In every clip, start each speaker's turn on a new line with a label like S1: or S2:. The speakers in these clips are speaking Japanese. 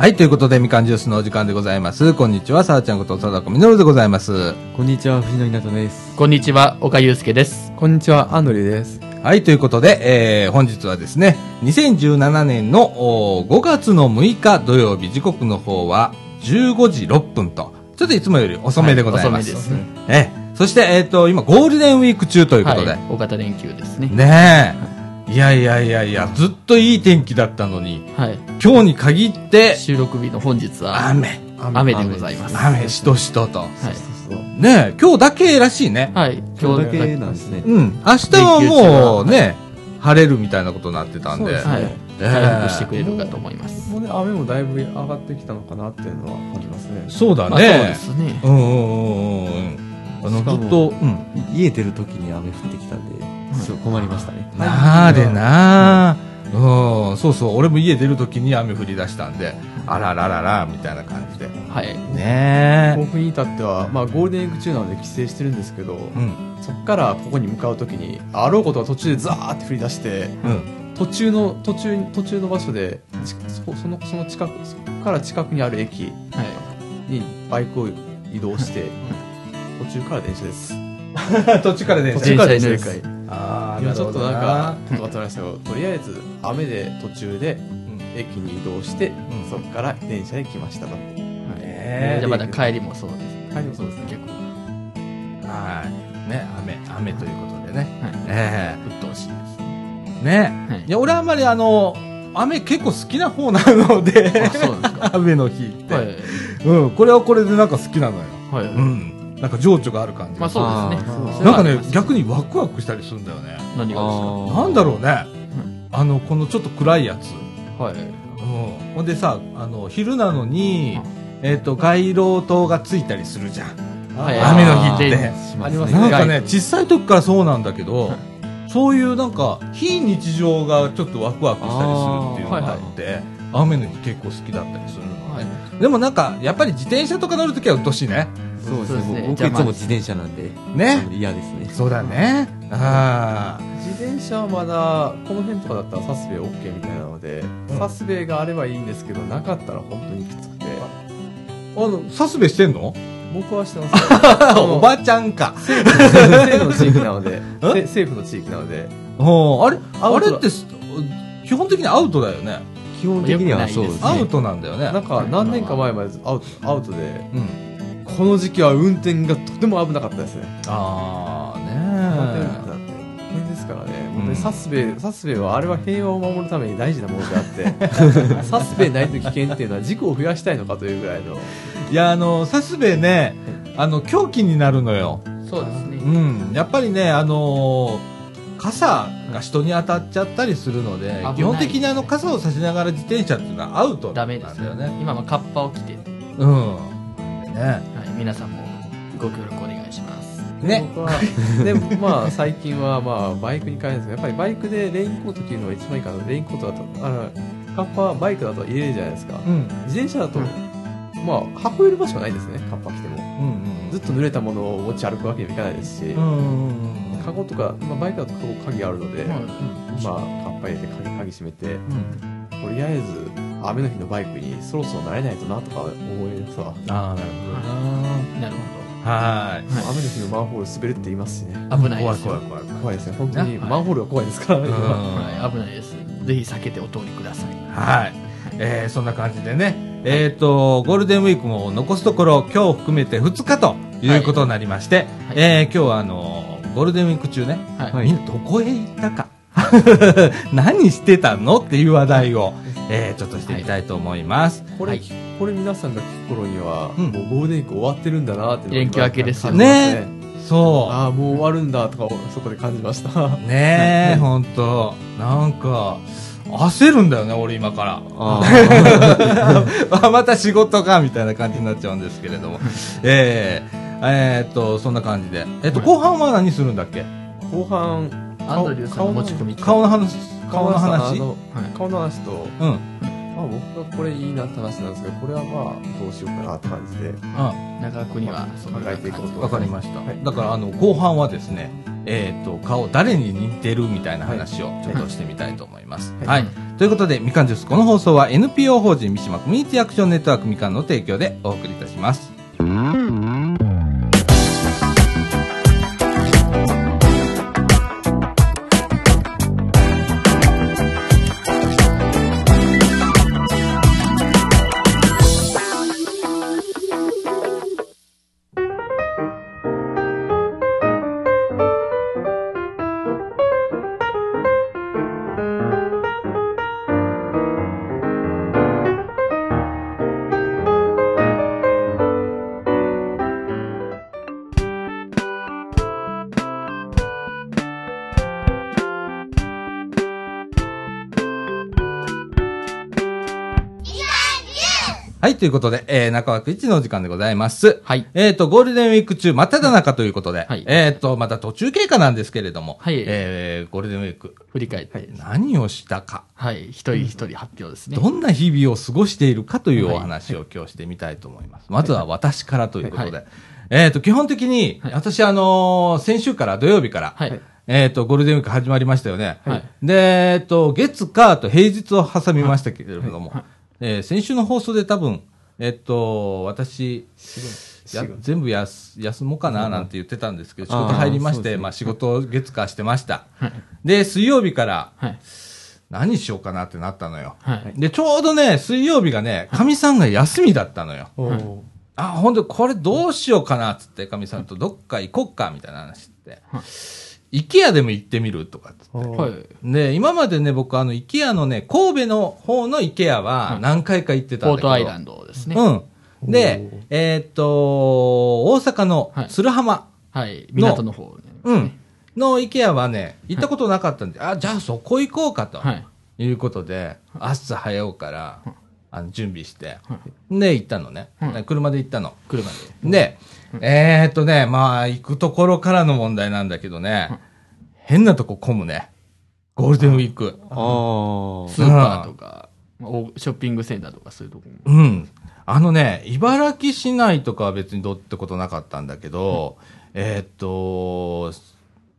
S1: はい、ということで、みかんジュースのお時間でございます。こんにちは、さあちゃんこと、さだこみのるでございます。
S2: こんにちは、藤野稲田です。
S3: こんにちは、岡祐介です。
S2: こんにちは、アンドリューです。
S1: はい、ということで、えー、本日はですね、2017年のおー5月の6日土曜日、時刻の方は15時6分と、ちょっといつもより遅めでございます。
S3: はい遅めです
S1: ええそして、えっ、と、今、ゴールデンウィーク中ということで、
S3: はい、大型連休ですね。
S1: ねえ、いやいやいやいや、ずっといい天気だったのに、
S3: はい。
S1: 今日に限って、
S3: 収録日の本日は
S1: 雨、
S3: 雨でございます。は
S1: 雨しとしとと。
S3: い。
S2: そうそう。
S1: ねえ、今日だけらしいね。
S3: はい。
S2: 今日だけなんですね。
S1: うん、明日はもうね、晴れるみたいなことになってたんで。
S3: はい
S1: ええ
S3: 回復してくれるかと思います。
S2: もうね、雨もだいぶ上がってきたのかなっていうのはありますね。
S1: そうだ
S3: まあ、そうで
S1: ね。
S3: すね。
S1: うんうんうんうんうん。あ
S2: しか
S1: の、
S2: も
S1: ずっと、うん。
S2: 家出る時に雨降ってきたんで、ちょっと困りましたね。
S1: なあでなあ。うん、そうそう、俺も家出るときに雨降り出したんで、あらららら、みたいな感じで。
S3: はい。
S1: ね
S4: 甲府に至っては、まあ、ゴールデンウィーク中なので帰省してるんですけど、
S1: え。うん、
S4: そこからここに向かうときにあろうことは途中でザーって降り出して
S1: うん。
S4: 途中の途中途中の場所でちそこそのその近くそこから近くにある駅
S3: はい。
S4: にバイクを移動して途中から電車です
S1: 途中からね
S4: 途中から電車です
S3: 電
S1: ああ、
S4: 今ちょっとなんか
S3: な
S4: ちょっと忘れましたけどとりあえず雨で途中で
S1: うん。ね
S4: 駅に移動して、
S1: ん
S4: そこから電車で来ましたと
S3: じゃあ
S1: え。
S3: まだ帰りもそうです。
S4: 帰りもそうですね
S3: 結構、
S1: はい。ね、雨、雨ということでね。
S3: はい。
S1: え
S3: うっとうしいです。
S1: え。ねえ。
S3: はい
S1: い。や、俺あんまりあの、雨結構好きな方なので
S3: あ、そ うですか
S1: 雨の日って、
S3: はい。
S1: うん、これはこれでなんか好きなのよ。
S3: はい。
S1: うん。なんか情緒がある感じ。
S3: まあそうです
S2: あ
S3: ね
S2: ー。
S3: そ
S2: そ
S3: れ
S1: なん
S3: はあ
S1: か
S3: り
S1: ね
S3: ます、
S1: 逆にワクワクしたりするんだよね。
S3: 何がで
S1: なんだろうね。
S3: ん
S1: あの、このちょっと暗いやつ。
S3: すかはい。
S1: うん。ほんでさ、あの、昼なのに
S3: う、
S1: えっ、と、街路灯がついたりするじゃん。
S3: はい
S1: 雨の日っ
S3: あ
S1: て。
S2: しま
S4: ありますす
S2: ね。
S1: なん
S3: ね
S1: かね、小さい時からそうなんだけど
S3: はい、
S1: そういうなんか、非日常がちょっとワクワクしたりするっていうのがあって、雨の日結構好きだったりするの
S3: は
S1: ね
S3: い。
S1: でもなんか、やっぱり自転車とか乗るときはうっとうしいね。
S2: そうです
S3: そうですね
S2: ね。僕
S3: 邪
S2: いつ
S3: 魔
S2: も自転車なんで、
S1: ね。
S2: 嫌ですね。
S1: そうだね。ああ。
S4: 自転車はまだこの辺とかだったらサスベイ OK みたいなので、
S1: うん
S4: サスベイがあればいいんですけどなかったら本当にきつくて
S1: あの、サスベしてんの
S4: 僕はしてます
S1: おばちゃんか。
S4: 政府の地域な のでせ政府の地域なので
S1: うんあれ、
S4: ア
S1: あ
S4: ウト
S1: れ
S4: だ
S1: ってす、基本的にアウトだよね。
S2: 基本的に
S3: よくな
S2: は
S3: で
S2: い
S3: す
S2: そうです
S1: アウ
S2: ね。
S1: トなんだよ
S4: な
S1: ね。
S4: んか何年か前までアウトアウトで
S1: うん。
S4: この時期は運転がとても危なかったですね
S1: あ
S4: 運
S1: あ、ね
S4: 転だって大変ですからね、本
S1: う
S4: 当
S1: ん
S4: にサスベイサスベイはあれは平和を守るために大事なものであっ てサスベイないと危険っていうのは事故を増やしたいのかというぐらいの
S1: え。いや、あの、サスベね、あの、狂気になるのよ。
S3: そうです
S1: う
S3: ね。
S1: ん。やっぱりね、あのー傘が人に当たっちゃったりするので
S3: 危ない、
S1: 基本的にあの傘を差しながら自転車っていうのはアウトな
S3: ダ
S1: んだ
S3: メ
S1: よ
S3: です
S1: ね。
S3: 今はカッパを着て、は
S1: うん。ね。
S3: い。皆さんもご協力お願いします。
S1: ね。
S4: 僕はでまあ最近はまあバイクに変えるんですけどやっぱりバイクでレインコートっていうのが一番いいかなレインコートだとあのカッパはバイクだと入れるじゃないですか
S1: うん。
S4: 自転車だと、
S3: うん
S4: まあ運べる場所がないですねカッパ来ても
S1: うんうん
S4: ずっと濡れたものを持ち歩くわけにもいかないですし、
S1: うんうんうんうん
S4: カゴとか、まあ、バイクだとカゴ鍵あるので、
S3: まあ
S4: まあカッパ入れて鍵鍵閉めて
S1: うん
S4: とりあえず雨の日のバイクにそろそろ慣れないとなとか思いますわ
S1: ああ、なるほど
S3: なるほ
S1: な。は
S3: はい
S4: 雨の日のマンホール滑るって言いますしね
S3: ど。危
S1: ーい。
S3: ない
S1: 怖
S3: で
S1: い
S3: すよ
S1: 怖い。怖い怖い。
S4: 怖いですね本当に
S3: はい
S4: マンホールは怖いですから、
S1: うん
S3: はい、危ないです。ぜひ避けてお通りください。
S1: はい。えー、そんな感じでね。えっ、と、ゴールデンウィークも残すところ、今日含めて2日ということになりまして、
S3: はい
S1: えー今日はあのーゴールデンウィーク中ね、
S3: はい。
S2: はい
S1: みんなどこへ行ったか、 何してたのっていう話題を、えーちょっとしてみたいと思います。
S4: これ、
S3: はい
S4: これ皆さんが聞く頃には、
S1: うん
S4: もうゴールデンウィーク終わってるんだなっていうのが
S3: 連休明けですよ
S4: 今感じます
S1: そ
S4: ああ、もう終わるんだとか、そこで感じました。
S1: う。ねえ、ほんと。なんか、焦るんだよね、俺今から。
S2: あー
S1: あまた仕事かみたいな感じになっちゃうんですけれども。えー、えーっと、そんな感じで。えっと、
S3: はい
S1: 後半は何するんだっけ
S4: 後半、
S3: アンドリューさんの持ち込み
S1: 顔の話、顔の
S4: あ
S1: 話
S4: の
S3: はい
S4: 顔の話と、
S1: うん。うん。
S4: まあ僕がこれいいなって話なんですけど、これはまあ、どうしようかなって感じで。
S3: 中国にはそんな感じ
S4: 考えて
S3: で
S4: いこうと
S1: わかりました。
S4: はい
S1: だから、あの、後半はですね、えーっと、顔、誰に似てるみたいな話をちょっとしてみたいと思います。はい。
S3: はい
S1: はいということで、みかんジュース、この放送は NPO 法人三島コミュニティアクションネットワークみかんの提供でお送りいたします。はい、ということで、えー、中枠一のお時間でございます。
S3: はい。
S1: えっ、と、ゴールデンウィーク中、真っ只中ということで、
S3: はい
S1: えっ、と、また途中経過なんですけれども、
S3: はい
S1: えーゴールデンウィーク、
S3: 振り返ってです。
S1: 何をしたか、
S3: はい。一人一人発表ですね。
S1: どんな日々を過ごしているかという
S3: はい
S1: お話を今日してみたいと思います。まずは私からということで、
S3: は
S1: えっ、と、基本的に、
S3: はい
S1: 私、あのー先週から土曜日から、
S3: はい。
S1: えっ、と、ゴールデンウィーク始まりましたよね。
S3: はい
S1: で、えっ、と、月、火と平日を挟みましたけれども、えー先週の放送で多分、えっ、と、私、や全部やす休もうかななんて言ってたんですけど、仕
S5: あー
S1: 事入りまし
S5: そうで
S1: て、
S5: すね
S1: まあ仕事を月火してました。
S3: はい。
S1: で、水曜日から
S3: はい。
S1: 何しようかなってなったのよ。
S3: はい。
S1: で、ちょうどね、水曜日がね、かみさんが休みだったのよ。
S5: おお。
S1: あ、ほんと、これどうしようかなっつって、かみさんとどっか行こっかみたいな話って
S3: はい。
S1: イケアでも行ってみるとかっつって。
S5: お
S3: はい
S5: ー。
S1: で、今までね、僕、あの、イケアのね、神戸の方のイケアは
S3: はい
S1: 何回か行ってたん
S3: ポ
S1: だけ
S3: ー
S1: ど。
S3: トアイランドですね。
S1: うん。で、えーっと、大阪の
S3: はい
S1: 鶴浜、
S3: はい。港の方ね。
S1: うん、の IKEA はね、行ったことなかったんで、あ、じゃあそこ行こうかと、、
S3: はいい。
S1: うことで、朝早うから、あの準備して、
S3: は
S1: で、行ったのね。
S3: はい
S1: 車で行ったの。
S3: 車で。
S1: で、えーっとね、まあ、行くところからの問題なんだけどね、
S3: はい
S1: 変なとこ混むね。ゴールデンウィーク。
S5: ああ。
S3: スーパーとか、まあおショッピングセンターとかそういうとこも。
S1: うん。あのね、茨城市内とかは別にどうってことなかったんだけど、えーっと、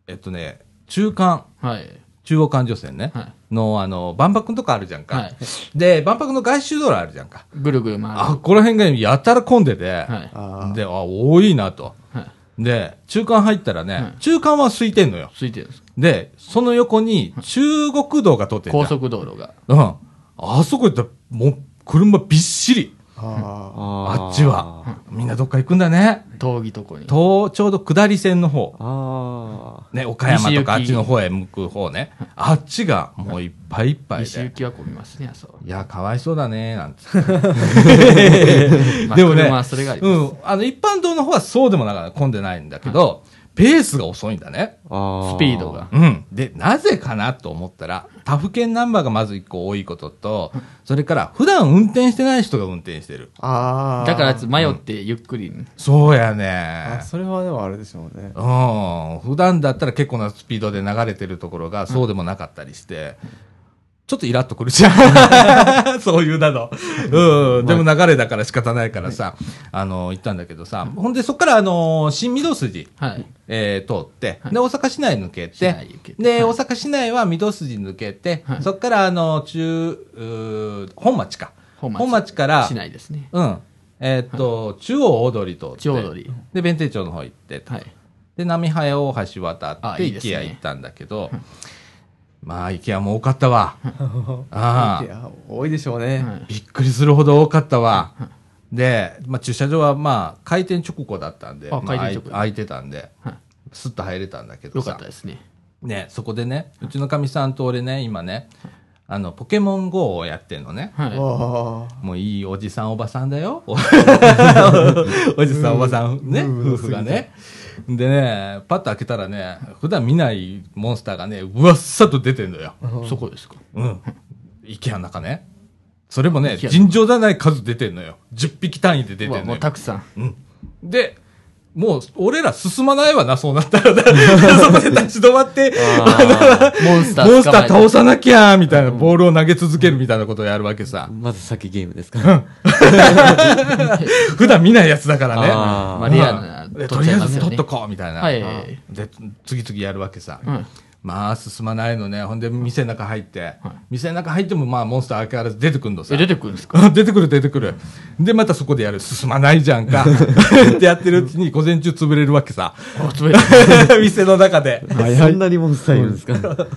S1: えっとね、中間、
S3: はい。
S1: 中央環状線ね、
S3: は
S1: の、あの、万博のとこあるじゃんか。
S3: はい
S1: で、万博の外周道路あるじゃんか。
S3: ぐるぐる回る。
S1: あ、こら辺がやたら混んでて、
S3: はい。
S5: あ
S1: で、あ、多いなと。
S3: はい。
S1: で、中間入ったらね、
S3: はい
S1: 中間は空いてんのよ。
S3: ついてるんです。
S1: で、その横に中国道が通ってんじゃん
S3: 高速道路が。
S1: うん。あそこ行ったら、もう、車びっしり。
S5: あ。
S1: あっちは。みんなどっか行くんだね。
S3: 遠いとこに。
S1: と、ちょうど下り線の方。
S5: あ
S1: ね、岡山とかあ
S3: 西行き
S1: っちの方へ向く方ね。あっちがもういっぱいいっぱい
S3: 西行
S1: で。
S3: きは混みますね、朝は。
S1: いや、かわいそうだね、なんて。
S3: まあ
S1: でもね
S3: 車はそれがあり
S1: う
S3: ます。
S1: ん。あの、一般道の方はそうでもなかった混んでないんだけど、ペースが遅いんだね。
S5: あ。
S3: スピードが。。
S1: うん。で、なぜかなと思ったら、他府県ナンバーがまず一個多いことと、それから、普段運転してない人が運転してる。
S5: ああ。
S3: だから、迷ってゆっくりに。
S1: そうやね
S5: あ。それはでもあれでしょうね。
S1: うん。普段だったら結構なスピードで流れてるところが、そうでもなかったりして、ちょっとイラっとくるじ ゃん。そういうなの。うん。でも流れだから仕方ないからさ、あの、行ったんだけどさ、ほんでそっから、あの、新御堂筋。
S3: はい。
S1: えー通って、で、大阪市内抜け
S3: 市
S1: て、
S3: 内行けて
S1: で、
S3: はい
S1: 大阪市内は御堂筋抜けて、
S3: はい
S1: そっから、あの、中、うー本町か。
S3: 本町
S1: から、
S3: 市内ですね。
S1: うん。えーっと、中央大通り通って、
S3: ちょうどいい。
S1: で、弁天町の方行ってと、
S3: はい。
S1: で、波早大橋渡っ
S3: あ
S1: て、
S3: いい
S1: イ
S3: ですね
S1: ケア行ったんだけど、まあ、イケアも多かった わ。あ
S5: いや、多いでしょうね。
S3: はい
S1: あ、びっくりするほど多かったわ。で、まあ、駐車場はまあ、開店直後だったんで、
S3: あ
S1: まあ
S3: 開店直後
S1: 空いてたんで、
S3: はい
S1: スッと入れたんだけど
S3: よ
S1: さ。
S3: かったですね。
S1: ね、そこでね、うちのかみさんと俺ね、今ね、あの、ポケモン GO をやってんのね。
S3: はい。
S5: あ
S1: もういいおじさんおばさんだよ。 おおじさんおばさんね、夫婦がね。でね、パッと開けたらね、普段見ないモンスターがね、うわっさと出てんのよ。
S3: そこですか。
S1: うん。池の中ね。それもね、
S3: IKEA
S1: 尋常じゃない数出てんのよ。10匹単位で出
S3: う
S1: て
S3: わ
S1: んの
S3: もう
S1: よ。
S3: たくさん。
S1: うん。で、もう、俺ら進まないわな、そうな ったら。そこで立ち止まって、
S3: モンスター
S1: モンスター倒
S3: す。
S1: さなきゃーみたいな、ボールを投げ続けるみたいなことをやるわけさ
S5: あ。。まず先ゲームですか。
S1: 普段見ないやつだからね。
S5: あー
S3: まあ、リアルな、
S1: うんでと
S3: 取
S1: り
S3: っちゃ
S1: あ
S3: い
S1: え
S3: ます
S1: ず
S3: よ
S1: 取
S3: ね
S1: っと。こうみたいな。
S3: はい
S1: で、次々やるわけさ。
S3: うん
S1: まあ進まないのねほんで店の中入って、店の中入ってもまあモンスター相変わらず出てくるのさ
S3: え出てくるんですか
S1: あ 出てくる出てくる。で、またそこでやる。進まないじゃん か。ってやってるうちに午前中潰れるわけさ。
S3: あ潰れ
S1: 店の中で。
S4: そんなにモンスターいるんですか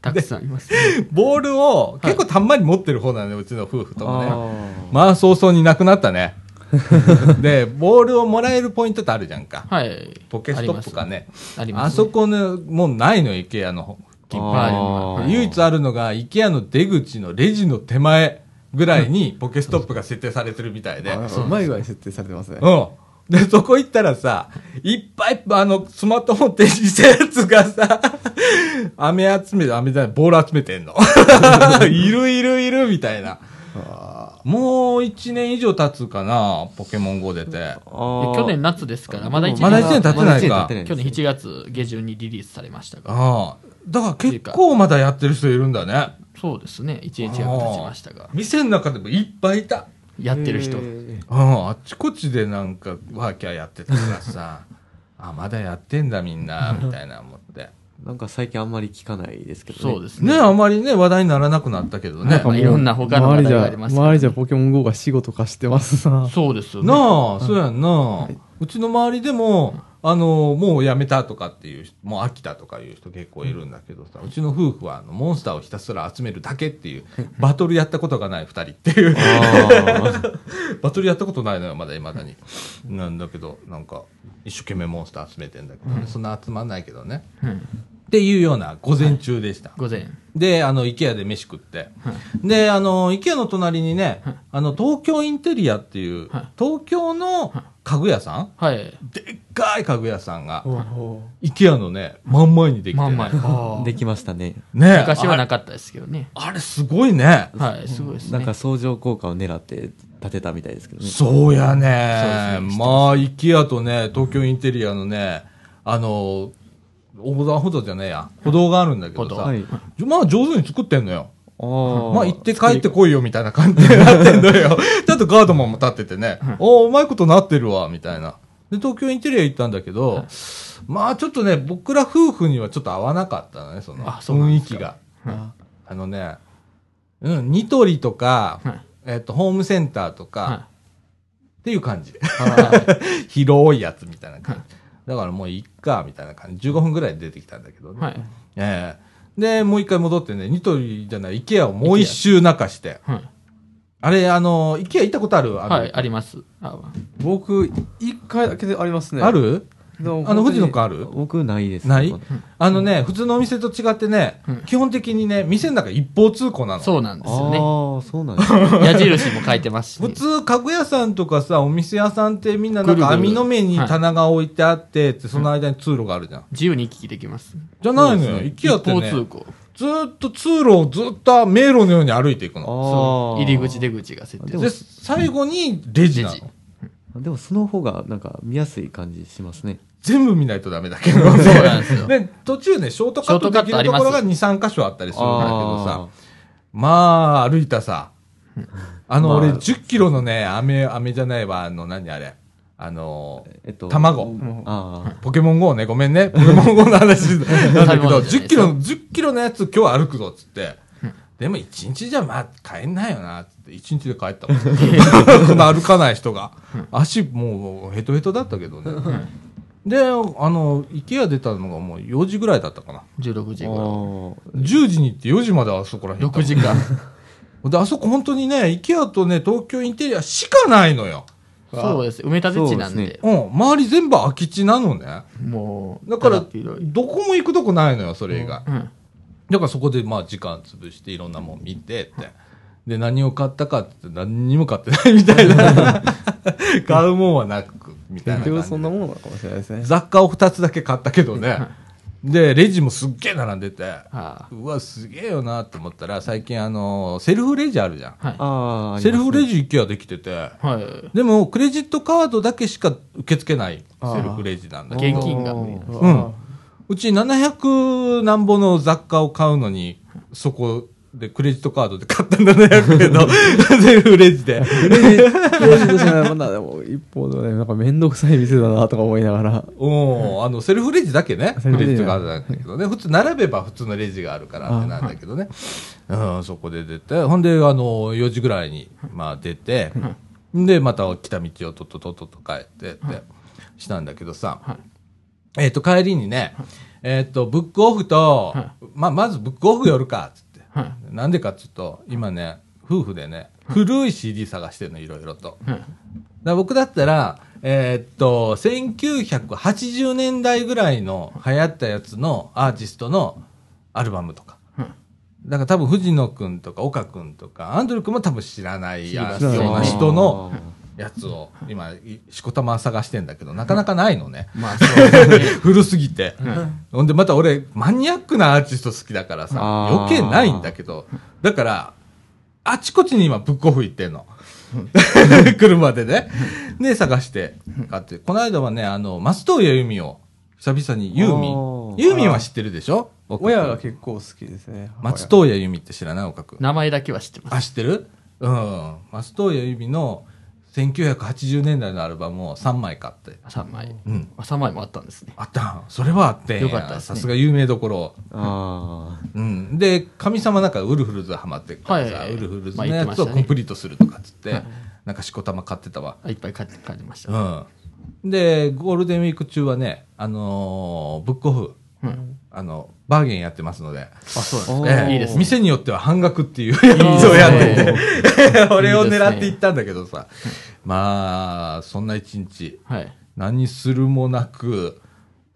S3: たくさんいます、
S1: ボールを結構たんまり持ってる方なのよ、うちの夫婦と
S4: あ
S1: もね。まあ早々になくなった ね。で、ボールをもらえるポイントってあるじゃんか。
S3: はい
S1: ポケストップかね。
S3: あり
S1: あ
S3: ますね
S1: そこね、もうないの、IKEA の方
S4: ー
S3: あ
S4: あー
S1: 唯一あるのが、IKEA の出口のレジの手前ぐらいにポケストップが設定されてるみたいで。
S4: あうまい具合に設定されてますね。
S1: うん。で、そこ行ったらさ、いっぱい、あの、スマートフォン展示したやつがさ、飴集めて、飴じゃない、ボール集めて んの。いるいるいる、みたいな。もう一年以上経つかな、ポケモン GO 出て。
S3: で去年夏ですからまだ1年
S1: まだ一年経ってないか
S3: 去年7月下旬にリリースされましたが
S1: ああ。だから結構まだやってる人いるんだね。
S3: そうですね1日が経ちましたが
S1: 店の中でもいっぱいいた。
S3: やってる人
S1: うん、あっちこっちでなんかワーキャーやってたからさ、あ、まだやってんだみんな、みたいな思って。
S5: なんか最近あんまり聞かないですけどね。
S3: そうです
S1: ね、
S3: ね
S1: あまりね、話題にならなくなったけどね
S3: なん。かまあいろんな他の話題がありますから
S4: 周りじゃ、周りじゃポケモン GO が仕事化してますな。
S3: そうですよね
S1: なあ、そうやんな、うちの周りでも、あの、もうやめたとかっていう人、もう飽きたとかいう人結構いるんだけどさ、うちの夫婦はあのモンスターをひたすら集めるだけっていう、バトルやったことがない二人っていう、 バトルやったことないのよ、まだ未だに。なんだけど、なんか、一生懸命モンスター集めてんだけどね、そんな集まんないけどね。
S3: うん
S1: っていうような午前中でした。
S3: 午前
S1: で、あの、IKEA で飯食って。で、あの、IKEA の隣にね、あの、東京インテリアっていう
S3: は、
S1: 東京の家具屋さん
S3: はい
S1: でっかい家具屋さんが、
S4: ほうほ
S1: IKEA のね、真ん前にできて
S3: まあ
S1: ね。
S3: まあ
S5: できましたね。
S1: ね
S3: 昔は
S1: あれ
S3: なかったですけどね
S1: あれすごいね。
S3: はいすごいです
S5: なん
S3: ね
S5: か相乗効果を狙って建てたみたいですけどね。
S1: そうやね。
S3: そうですね
S1: まあ、IKEA とね、東京インテリアのね、あの、横断歩道じゃねえや、歩道があるんだけどさ、
S3: 歩道
S4: う。はい。
S1: まあ上手に作ってんのよ。
S4: あー
S1: まあ行って帰ってこいよみたいな感じになってんの よ。ちょっとガードマンも立っててね、おーうまいことなってるわ、みたいな。で、東京インテリア行ったんだけど、まあちょっとね、僕ら夫婦にはちょっと合わなかったのね、その
S3: あそうな
S1: 雰
S3: ん
S1: 囲
S3: ですか
S1: 気が。
S4: あ
S1: あのね、うん、ニトリとか、
S3: はい
S1: えっと、ホームセンターとか、
S3: は
S1: っていう感じ。
S3: いはい
S1: 広いやつみたいな感じ。だからもういっか、みたいな感じ。15分ぐらいで出てきたんだけどね。
S3: はい
S1: ええで、もう一回戻ってね、ニトリじゃない、イケアをもう一周中して。
S3: はい
S1: あれ、あの、イケア行ったことあるあの、
S3: はいありますあ
S4: 僕、一回だけでありますね。
S1: ある
S4: でも
S1: あの、富士の
S4: 本
S1: 会ある
S5: 僕ないですね。
S1: ないあのね、普通のお店と違ってね、
S3: うん
S1: 基本的にね、店の中一方通行なの。
S3: そうなんですよね
S5: ああ、そうなんですね。
S3: 矢印も書いてますし
S1: 普
S3: ね
S1: 通、家具屋さんとかさ、お店屋さんってみんななんか
S3: ぐるぐる
S1: 網の目に棚が置いてあって、ってその間に通路があるじゃん。
S3: 自由に行き来できます
S1: じゃな
S5: そ
S1: いのよ。
S5: うですね
S1: イケアって
S3: 一方
S1: ね、
S3: 通行
S1: ずーっと通路をずっと迷路のように歩いていくの。
S3: そ
S5: ああ。
S3: う入り口。出口が設定
S1: で、最後にレジな
S3: レジ
S1: の。
S5: でもその方がなんか見やすい感じしますね。
S1: 全部見ないとダメだけど。そう
S3: なんですよ
S1: で、途中ね、ショートカットでき
S3: ショートカットあ
S1: る
S3: り
S1: と
S3: ま
S1: こ
S3: す
S1: ろが2、3箇所あったりするんだけど
S5: あ
S1: さ。まあ、歩いたさ。あの、
S5: まあ
S1: 俺、10キロのね、飴、飴じゃないわ、あの、何あれ。あの、
S5: あ。えっと。
S1: 卵。
S5: あ
S1: ポケモン GO ね、ごめんね。ポケモン GO の話なんだけど、
S3: 食べ物じゃない
S1: 10キロ、10キロのやつ今日歩くぞ、っつって。でも1日じゃまあ帰んないよな、つって。1日で帰ったもん。 この歩かない人が。足もうヘトヘトだったけどね。で、あの、IKEA 出たのがもう4時ぐらいだったかな。
S3: 16時
S5: あ。あ
S3: 頃
S5: ー
S1: 10時に行って4時まであそこらへん。
S3: 6時間
S1: で、あそこ本当にね、IKEA とね、東京インテリアしかないのよ。
S3: そうです埋め立て地なん
S5: そう
S3: で
S5: で
S1: うん、周り全部空き地なのね。
S3: もう
S1: だから、
S3: だ広い
S1: どこも行くとこないのよ、それ以外。
S3: うん
S1: だからそこでまあ時間潰していろんなもん見てって。で、何を買ったかって言って何にも買ってないみたいな。買うもんはなく、みたいな
S4: 結
S1: 感
S4: 局
S1: じ
S4: そんなものなのかもしれないですね。
S1: 雑貨を2つだけ買ったけどね。で、レジもすっげえ並んでて。
S3: あ
S1: うわ、すげえよなって思ったら、最近あの、セルフレジあるじゃん。
S3: あは
S5: あー。
S1: セルフレ
S5: ジ。
S1: ジ行きはできてて。
S3: いはい
S1: でも、クレジットカードだけしか受け付けないセルフレジなんだけど
S3: 現金が無理
S1: うんうち700何ぼの雑貨を買うのに、そこで、クレジットカードで買った700円の、全フレジで。
S5: クレジットじゃないまだでも一方でねなんか面倒くさい店だなとか思いながら
S1: うん、あの、セルフレジだけね、
S5: セ
S1: ク
S5: ルフ
S1: レ
S5: レ
S1: ジ
S5: ジ
S1: ットカードなんだけどね、普通並べば普通のレジがあるからってなんだけどね、うん、そこで出て、ほんで、あの、4時ぐらいに、まあ出て、で、また来た道をとっととっとと帰ってって、したんだけどさ、
S3: はい
S1: えっ、と、帰りにね、えっ、と、ブックオフと、
S3: は
S1: まあ、まずブックオフ寄るか、つって。
S3: は
S1: なんでかっつうと、今ね、夫婦でね、古い CD 探してるの、いろいろと。
S3: いは
S1: だ
S3: い
S1: から僕だったら、えーっと、1980年代ぐらいの流行ったやつのアーティストのアルバムとか。
S3: はい
S1: だから多分藤野くんとか岡くんとか、アンドルくんも多分知らないよ
S5: 知らないう
S1: な人のやつを今、いしこたま探してんだけど、なかなかないのね。
S3: まあそうですね
S1: 古すぎて。
S3: はい
S1: ほんでまた俺、マニアックなアーティスト好きだからさ、
S5: あー
S1: 余計ないんだけど、だから、あちこちに今ブックオフ行ってんの。 車でね。で、探して買って。この間はね、あの、松任谷由実を、久々にユーミ
S4: あ
S1: ン。
S4: ー
S1: ユーミンは知ってるでしょ僕
S5: 親が結構好きですね
S1: 松任谷由実って知らない岡君。
S3: 名前だけは知ってます
S1: あ、知ってるうん。松任谷由実の1980年代のアルバムを3枚買って。
S3: 3枚
S1: うん。
S3: あ3枚もあったんですね
S1: あったん。それはあってんや
S3: よかったですね
S1: さすが有名どころ。
S4: あ
S1: うん、で神様なんかウルフルズハマってっからさ、
S3: はい
S1: ウルフルズ
S3: ま
S1: の
S3: あ言って
S1: や
S3: まし
S1: つ
S3: た
S1: を
S3: ね
S1: コンプリートするとかっつって、
S3: はい
S1: なんかしこたま買ってたわ、
S3: あいっぱい買って帰りました
S1: うん、でゴールデンウィーク中はね、あのーブックオフ
S3: うん
S1: あのバーゲンやってますので、
S3: あそうなんです
S4: お
S1: え
S4: ー
S1: え
S3: いいですね
S1: 店によっては半額っていうやつをやってて
S3: いいで
S1: 俺を狙っ
S3: い
S1: て
S3: いですね
S1: いったんだけどさまあそんな一日
S3: はい
S1: 何するもなく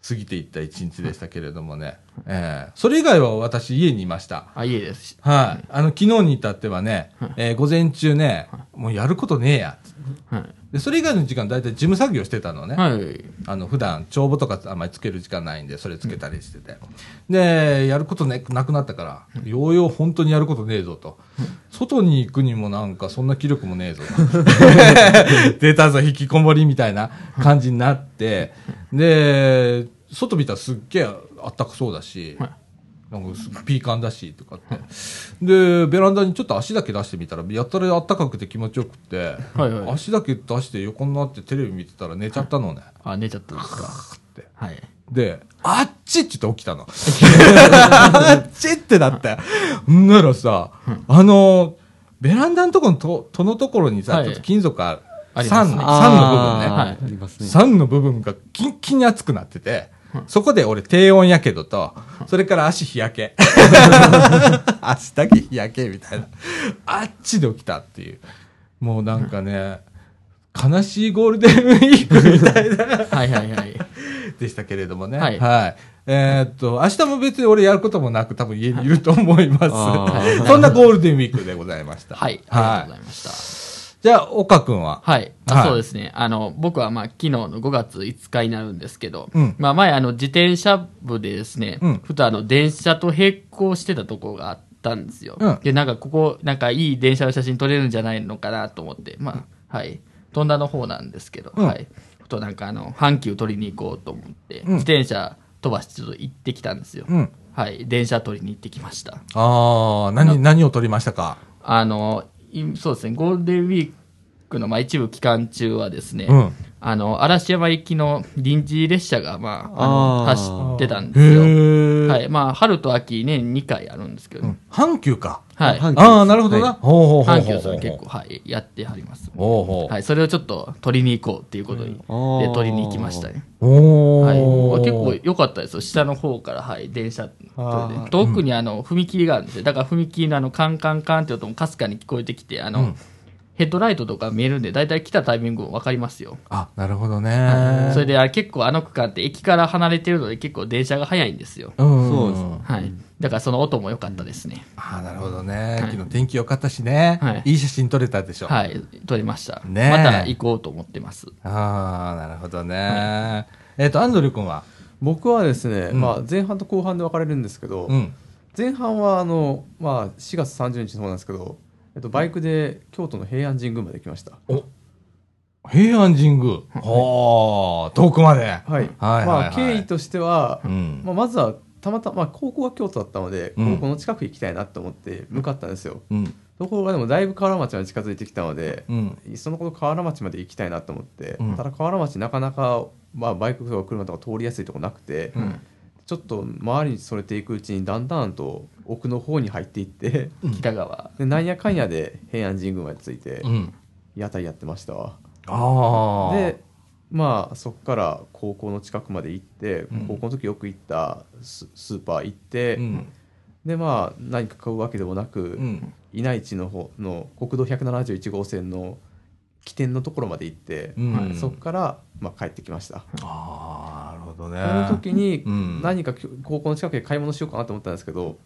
S1: 過ぎていった一日でしたけれどもね、ええそれ以外は私家にいました
S3: あいいです
S1: はい、あの昨日に至ってはね、えー午前中ね、もうやることねえや
S3: は
S1: でそれ以外の時間大体事務作業してたのね、
S3: いはい
S1: あの普段帳簿とかあんまりつける時間ないんでそれつけたりしてて、でやること、ね、なくなったから、ようよう本当にやることねえぞと、外に行くにもなんかそんな気力もねえぞ 出たぞ引きこもりみたいな感じになってで外見たらすっげえあったかそうだし、
S3: はい
S1: なんかすピーカンだしとかってでベランダにちょっと足だけ出してみたらやたらあったかくて気持ちよくて、
S3: はいはい
S1: 足だけ出して横になってテレビ見てたら寝ちゃったのね。
S3: あ寝ちゃったんですか
S1: て
S3: はい
S1: で、あっちって言って起きたの。あっちってだって。んならさ、あの、ベランダのところのと、戸のところにさ、
S3: はい
S1: ちょっと金属あ
S3: あ
S1: る。
S3: ります
S1: 酸ね、
S4: あ
S1: 酸の部分ね。
S3: は
S4: あ
S3: い
S4: ありますね。
S1: 酸の部分がキンキンに熱くなってて、そこで俺低温やけどと、それから足日焼け。 足だけ日焼けみたいな。あっちで起きたっていう。もうなんかね、悲しいゴールデンウィークみたいな。
S3: はいはいはい
S1: でしたけれどもね。は。
S3: はいい
S1: えーっと、明日も別に俺やることもなく多分家にいると思います。
S4: は
S1: そんなゴールデンウィークでございました。
S3: はいありがとうご
S1: は
S3: ざいました
S1: い。じゃあ、岡くんは
S3: はい、
S1: は
S3: あ
S1: い
S3: そうですねあの僕は、まあ、昨日の5月5日になるんですけど、
S1: うん
S3: まあ、前あの自転車部でですね、
S1: うん
S3: ふとあの電車と並行してたとこがあったんですよ、
S1: うん
S3: でなんかここなんかいい電車の写真撮れるんじゃないのかなと思って、まあはい、飛んだの方なんですけど、
S1: うん
S3: はい、ふとなんかあの阪急取りに行こうと思って、
S1: うん
S3: 自転車飛ばしてちょっと行ってきたんですよ、
S1: うん。
S3: はい、電車取りに行ってきました
S1: ああ、何、何を撮りましたか
S3: あのいそうですねゴールデンウィークのまあ一部期間中はですね、
S1: うん。
S3: あの嵐山行きの臨時列車が、まあ、あの
S4: あー
S3: 走ってたん
S1: へ
S3: ですよ。
S1: え。。
S3: はいいまあ、春と秋年2回あるんですけど、
S1: 阪急か。
S3: はい、
S4: 阪急
S1: ああ、なるほどな。
S4: は
S1: ほうほうほうほう。
S3: 阪急さん結構、。はい、やってはります、
S1: ほうほう。
S3: はい、それをちょっと取りに行こうっていうことに、
S4: うんあ
S3: で
S4: ー
S3: 取りに行きましたね、
S1: お
S3: はい
S1: お、
S3: まあ結構良かったですよ下の方から、はい、電車
S5: あー
S3: で遠くにあの踏切があるんですよだから踏切のあのカンカンカンって音もかすかに聞こえてきてあの、
S1: うん
S3: ヘッドライトとか見えるんで大体来たタイミング分かりますよ
S1: あ、なるほどね。
S3: それであ結構あの区間って駅から離れてるので結構電車が早いんですよ、
S1: うん。
S4: そうです
S3: はい、だからその音も良かったですね、
S1: ああ、なるほどね。昨日天気良かったしね。
S3: はい
S1: いい写真撮れたでしょ。
S3: はい撮りました、
S1: ねえ
S3: また行こうと思ってます
S1: ああ、なるほどね。えっ、と、アンドリュー君は、
S5: 僕はですね、
S1: うん
S5: まあ、前半と後半で分かれるんですけど、
S1: うん。前
S5: 前半はあの、まあ、4月30日の方なんですけど、えっと、バイクで京都の平安神宮まで来ました
S1: 平安神宮。はあ、遠くまで。
S5: はい、
S1: はいはいはい
S5: まあ、経緯としては、
S1: うん。
S5: まあ、まずは
S4: たまたま、まあ、高校が京都だったので、
S1: うん
S4: 高校の近く行きたいなと思って向かったんですよ。
S1: うん。
S4: ところがでもだいぶ河原町まで近づいてきたので、
S1: うん。
S4: そのこと河原町まで行きたいなと思って、
S1: うん
S4: ただ河原町なかなか、まあ、バイクとか車とか通りやすいとこなくて、
S1: うん
S4: ちょっと周りにそれていくうちにだんだんと奥の方に入っていって
S3: 北川。
S4: でなんやかんやで平安神宮まで着いて
S1: うん。
S4: 屋台やってましたわ
S1: ああ。
S4: でまあそこから高校の近くまで行って、
S1: うん
S4: 高校の時よく行ったススーパー行って、
S1: うん。
S4: でまあ何か買うわけでもなく、
S1: うん。
S4: 稲市の方の国道171号線の起点のところまで行って、
S1: うん
S4: そこから、まあ、帰ってきました、
S1: ああ、なるほどね。
S4: その時に
S1: うん
S4: 何かきょ高校の近くで買い物しようかなと思ったんですけど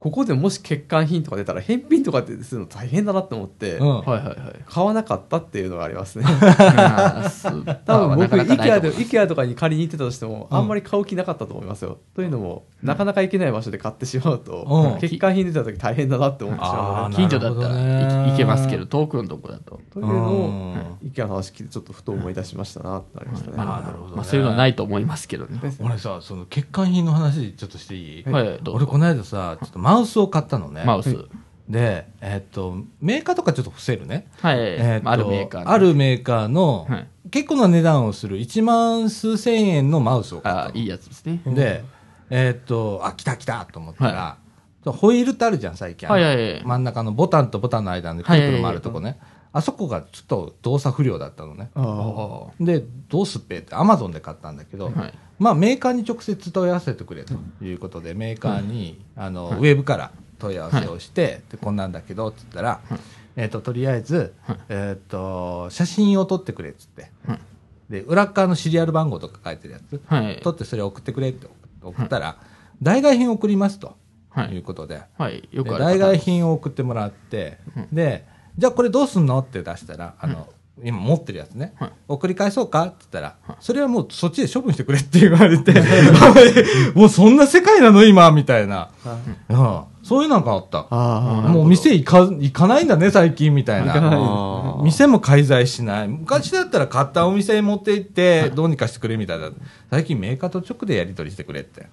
S4: ここでもし欠陥品とか出たら返品とかってするの大変だなと思って、
S1: うん。
S3: はいはいはい。
S4: 買わなかったっていうのがありますね
S3: あーす
S4: 多分
S3: まあな
S4: 僕
S3: かなかない
S4: IKEA
S3: と
S4: で
S3: 思う
S4: IKEA とかに借りに行ってたとしても
S1: うん
S4: あんまり買う気なかったと思いますよ、というのもなかなか行けない場所で買ってしまう
S1: うん
S4: と欠陥品出た時大変だなって思ってしまう
S1: あー
S4: ので
S3: 近所だっ
S1: な
S3: た
S1: るほど
S3: ら
S1: ね
S3: い行けますけど、遠くのとこだと。
S4: というのを
S1: うん
S4: 意見の話聞いてちょっとふと思い出しましたなってなりましたね。
S1: あーなるほどね
S3: まあそういうのはないと思いますけどね。
S1: 俺さ、その欠陥品の話ちょっとしていい、
S3: はい、どう
S1: 俺
S3: ぞ
S1: この間さ、ちょっとマウスを買ったのね。
S3: マウス。
S1: で、えっと、メーカーとかちょっと伏せるね。
S3: はい、
S1: えっと
S3: あるメーカー。
S1: あ。るメーカーの、
S3: はい
S1: 結構な値段をする1万数千円のマウスを買った
S3: あ
S1: の
S3: ーいいやつですね。
S1: で、えーっと、あ、来た来たと思ったら、ホイールってあるじゃん、最近。
S3: はいはいはい
S1: 真ん中のボタンとボタンの間にくるくる回るとこね。あそこがちょっと動作不良だったのね。
S4: あ
S1: で、どうすっぺって、アマゾンで買ったんだけど、
S3: はい
S1: まあメーカーに直接問い合わせてくれということで、メーカーに、あの、ウェブから問い合わせをして、でこんなんだけど、っつったら、えーっと、とりあえず、えーっと、写真を撮ってくれ、っつって。
S3: はい
S1: で、裏側のシリアル番号とか書いてるやつ。
S3: はい。
S1: 取ってそれ送ってくれって送ったら、代替品送りますと。
S3: はいいう
S1: ことで、
S3: はい。よ
S1: で
S3: くあるパター
S1: 代替
S3: ン。
S1: 品を送ってもらって、で、じゃあこれどうすんのって出したら、あの、今持ってるやつね、
S3: はい
S1: 送り返そうかって言ったら、それはもうそっちで処分してくれって言われて、 もうそんな世界なの今みたいな、うんそういうのがあった。
S4: あ
S1: もう店行か行かないんだね、最近みたいな。
S4: あー
S1: 店も介在しない。昔だったら買ったお店に持って行って、どうにかしてくれみたいな。最近メーカーと直でやり取りしてくれって。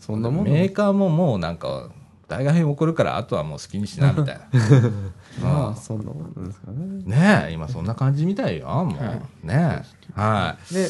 S4: そんなもん
S1: メーカーももうなんか、大概に送るから、あとはもう好きにしな、みたい な。
S4: まあそんなもんなんですかね。
S1: ねえ、今そんな感じみたいよ、もう。ねえ。は
S4: で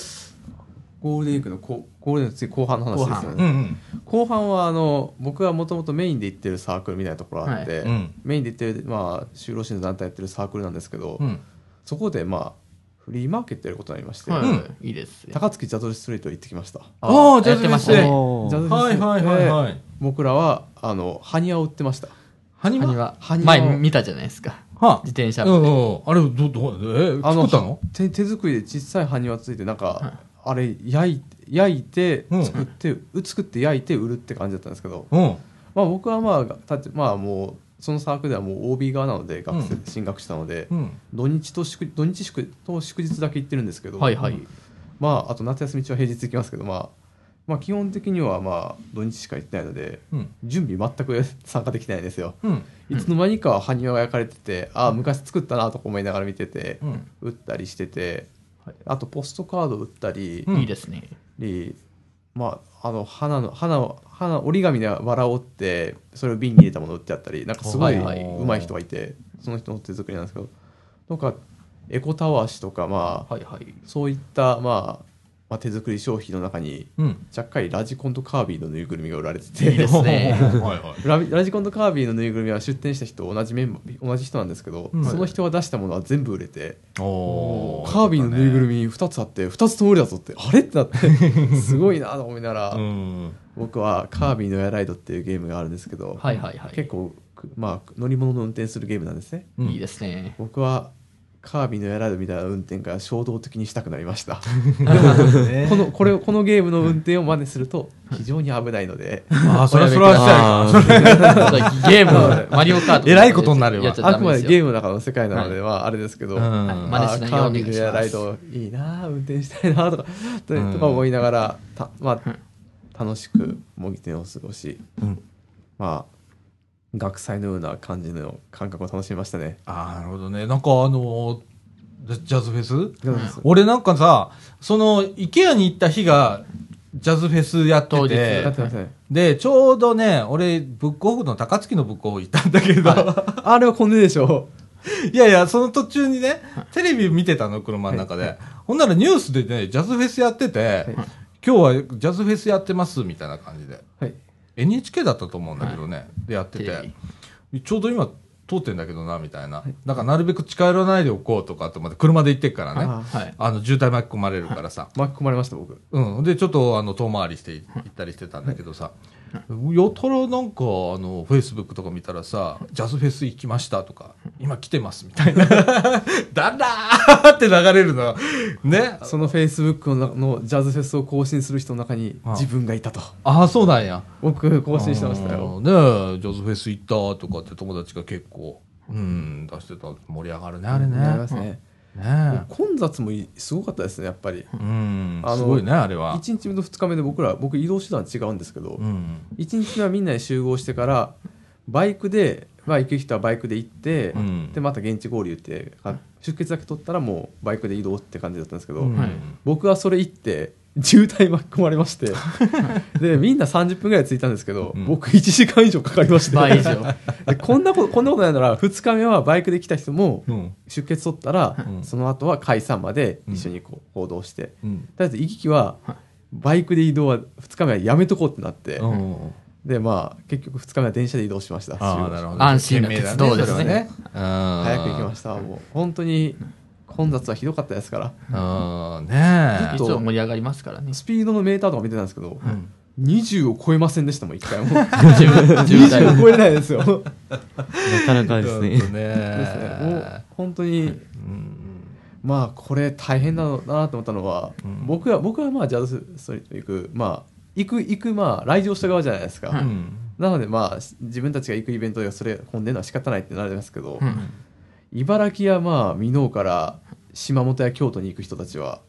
S4: ゴールデンウィークのこゴールデンウィークの次後半の話ですよ
S1: い。うんう
S4: ね。
S1: ん。
S4: 後半はあの僕はもともとメインで行ってるサークルみたいなところあって、
S1: はいうん
S4: メインで行ってるまあ就労支援の団体やってるサークルなんですけど、
S1: うん。
S4: そこでまあフリーマーケットやることになりまして、
S3: はい、
S1: うん
S3: いいですね。
S4: 高槻ジャズルストリート行ってきました。
S1: ああ、ジャ
S3: やっ
S1: ズ
S3: て
S1: ミ
S3: ま
S1: ス
S3: し
S1: で
S3: た
S1: は
S3: ね。
S2: おー
S4: ジャズ
S1: い
S4: ルスト
S1: は
S4: リ
S1: い
S4: ートで
S1: はいはい。
S4: 僕らはあの埴輪を売ってました。
S1: ハニ
S3: 埴
S1: は
S3: 輪
S4: 埴輪
S3: 前見たじゃないですか。
S1: あ
S3: 自転車
S1: うんうん。あれ、ど、ど、え、
S4: あ
S1: 作ったの
S4: 手手作りで小さい埴輪ついてなんか、あれ焼いて焼いて
S1: うん
S4: 作って、う作って焼いて売るって感じだったんですけど、
S1: うん。
S4: まあ、僕はまあだってまあもうそのサークルではもう OB 側なので学生、
S1: うん
S4: 進学したので、
S1: うん。
S4: 土日と祝土日祝と祝日だけ行ってるんですけど、
S3: はいはい。
S4: まあ、あと夏休み中は平日行きますけど、まあ、まあ基本的にはまあ土日しか行ってないので
S1: うん。
S4: 準備全く参加できないんですよ。
S1: うん。
S4: いつの間にか埴輪が焼かれてて、ああ昔作ったなとか思いながら見てて、
S1: うん。
S4: 打ったりしてて、あとポストカード打ったり、
S1: うん
S3: いいですね。
S4: りまああの花の花を花折り紙でバラを折ってそれを瓶に入れたものを売ってあったりなんかすごい
S1: はいはいう
S4: まい人がいてその人の手作りなんですけどとかエコタワー紙とかまあ
S3: はいはい。
S4: そういった、まあ、まあ手作り商品の中に
S1: うん。
S4: ちゃっかりラジコンとカービィのぬいぐるみが売られて
S3: いいで
S4: て
S3: すね
S1: はいはい。
S4: ラビラジコンとカービィのぬいぐるみは出店した人同じメンバー同じ人なんですけど、
S1: うん
S4: その人が出したものは全部売れて。
S1: おー
S4: カービィのぬいぐるみ2つあって2つとも売れたぞってあれってなってすごいなと思いながら、
S1: うん。
S4: 僕は「カービィのエアライド」っていうゲームがあるんですけど、
S3: はいはいはい。
S4: 結構くまあ乗り物の運転するゲームなんですね
S1: うん
S3: いいですね。
S4: 僕はカービィのエアライドみたいな運転が衝動的にしたくなりましたこのこれをこのゲームの運転を真似すると非常に危ないので
S1: ああ、それはそれ
S3: おやめくだ
S1: は
S3: さい
S2: あー
S3: ゲーム、マリオカートとか
S1: えらいことになるわ
S3: やっちゃ
S4: あ
S3: ダ
S4: く
S3: メ
S4: ま
S3: で
S4: です
S3: よ
S4: ゲームの中の世界なので、まああれですけど、
S1: うん
S4: あ
S1: 真
S3: 似しないよう
S4: カ
S3: お
S4: ー
S3: 願
S4: ビ
S3: いし
S4: ィの
S3: ます
S4: エアライドいいなあ運転したいなあとか、と
S1: うん
S4: とか思いながらた、まあ、楽しく模擬店を過ごし、
S1: うん
S4: まあ学祭のような感じの感覚を楽しみましたね。
S1: ああ、なるほどね。なんかあのージャジャズフェス
S4: どうです
S1: 俺なんかさ、その、イケアに行った日が、ジャズフェスやって
S3: 当日
S1: て
S4: やってません。
S1: でちょうどね俺ブックオフの高槻のブックオフ行ったんだけど、
S4: あれはコネでしょ。
S1: いやいや、その途中にね、テレビ見てたの、車の中で。ほんならニュースでね、ジャズフェスやってて、今日はジャズフェスやってます、みたいな感じで。
S4: はい
S1: NHK だったと思うんだけどね、でやって
S3: テレ
S1: て。ちょうど今通ってんだけどな、みたいな。だからなるべく近寄らないでおこうとかって思って、車で行ってっからね。あ
S4: あ
S3: はい。
S1: の、渋滞巻き込まれるからさ。
S4: 巻き込まれました、僕。
S1: うん。で、ちょっと、あの、遠回りしてい行ったりしてたんだけどさ。やたらなんか、あの、フェイスブックとか見たらさ、ジャズフェス行きましたとか、今来てますみたいな。 だらーって流れるの。ね。
S4: そのフェイスブックの中のジャズフェスを更新する人の中に
S1: ああ
S4: 自分がいたと。
S1: ああ、そうなんや。
S4: 僕、更新してましたよ。
S1: あーねジャズフェス行ったとかって友達が結構、うん、出してた。盛り上がるね、あれね。
S4: なりますね。
S1: ね
S4: 混雑もいすごかったですね、やっぱり。
S1: うん。
S4: あの
S1: すごいね、あれは。
S4: 1日目と2日目で僕ら、僕移動手段違うんですけど
S1: う、ん。
S4: 1日目はみんなで集合してから、バイクで、まあ行く人はバイクで行って
S1: う、ん
S4: で、また現地合流って、あ出血だけ取ったらもうバイクで移動って感じだったんですけど、
S1: うん
S3: はい
S4: 僕はそれ行って渋滞巻き込まれ ましてでみんな30分ぐらい着いたんですけど、
S1: うん
S4: 僕1時間以上かかりまして
S3: 倍以上。
S4: でこんなことこんなことないなら2日目はバイクで来た人も
S1: うん。
S4: 出血取ったら、
S1: うん
S4: その後は解散まで一緒にこう行動して、と
S1: うん。
S4: りあえず行き来はバイクで移動は2日目はやめとこうってなって、
S1: うん
S4: でまあ結局2日目は電車で移動しました
S1: ああ、なるほど。
S3: 安心な鉄道で
S1: 懸命だ
S3: すね
S1: それはね
S4: 早く行きましたもう本当に混雑はひどかったですから
S1: ああね
S3: い
S1: え
S3: つも盛り上がりますからね。
S4: スピードのメーターとか見てたんですけど、
S1: ん
S4: 20を超えませんでしたもん 一回も
S3: 渋渋滞
S4: 20を超えないですよ。そう
S2: なかなかですね
S1: ちょっと
S4: ですねも
S1: ね
S4: う本当に、
S1: うん
S4: まあこれ大変だろうなと思ったのは、
S1: うん
S4: 僕は僕はまあジャズストリート行くまあ行く行くまあ来場した側じゃないですか。
S1: うん
S4: なのでまあ自分たちが行くイベントでそれ混んでるのは仕方ないってなりますけど、
S3: うん
S4: 茨城やまあ箕面から島本や京都に行く人たちは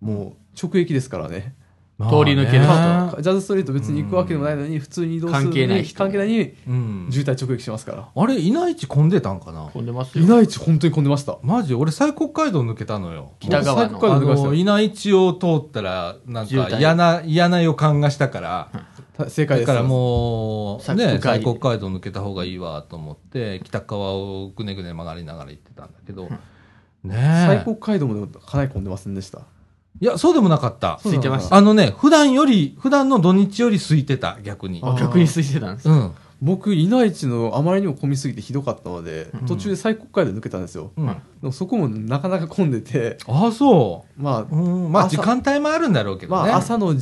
S4: もう直撃ですからね。
S3: 通り抜ける人
S1: まあね
S4: ジャズストリート別に行くわけでもないのに普通に移動するのに
S3: 関係ない人
S4: 関係ないのに
S1: うん
S4: 渋滞直撃しますから。
S1: あれいないち混んでたんかな
S3: 混んでますよ。
S4: 稲市本当に混んでました。
S1: マジ俺最北海道抜けたのよ
S3: 北側
S1: 最
S3: の
S1: 北海道の稲市を通ったらなん
S3: 渋
S1: か
S3: 滞
S1: 嫌な嫌な予感がしたから
S4: た正解で
S1: だ
S4: す。
S1: からもう
S3: 最
S1: ね
S3: 北海
S1: 最北海道抜けた方がいいわと思って北側をぐねぐね曲がりながら行ってたんだけど
S4: 最
S1: ねえ
S4: 高街道もかなり混んでませんでした。
S1: いやそうでもなかった
S3: 空いてました。
S1: あのね普段より普段の土日より空いてた逆に
S4: あ
S3: 逆に空いてたんです。
S1: うん
S4: 僕、稲市のあまりにも混みすぎてひどかったので、途中で最高街道抜けたんですよ。
S1: うん
S3: はい
S4: でもそこもなかなか混んでて、
S1: ああそう
S4: まあ、
S1: うん、まあ
S4: 朝
S1: 時間帯もあるんだろうけ
S4: ま
S1: どね。
S4: あ、朝の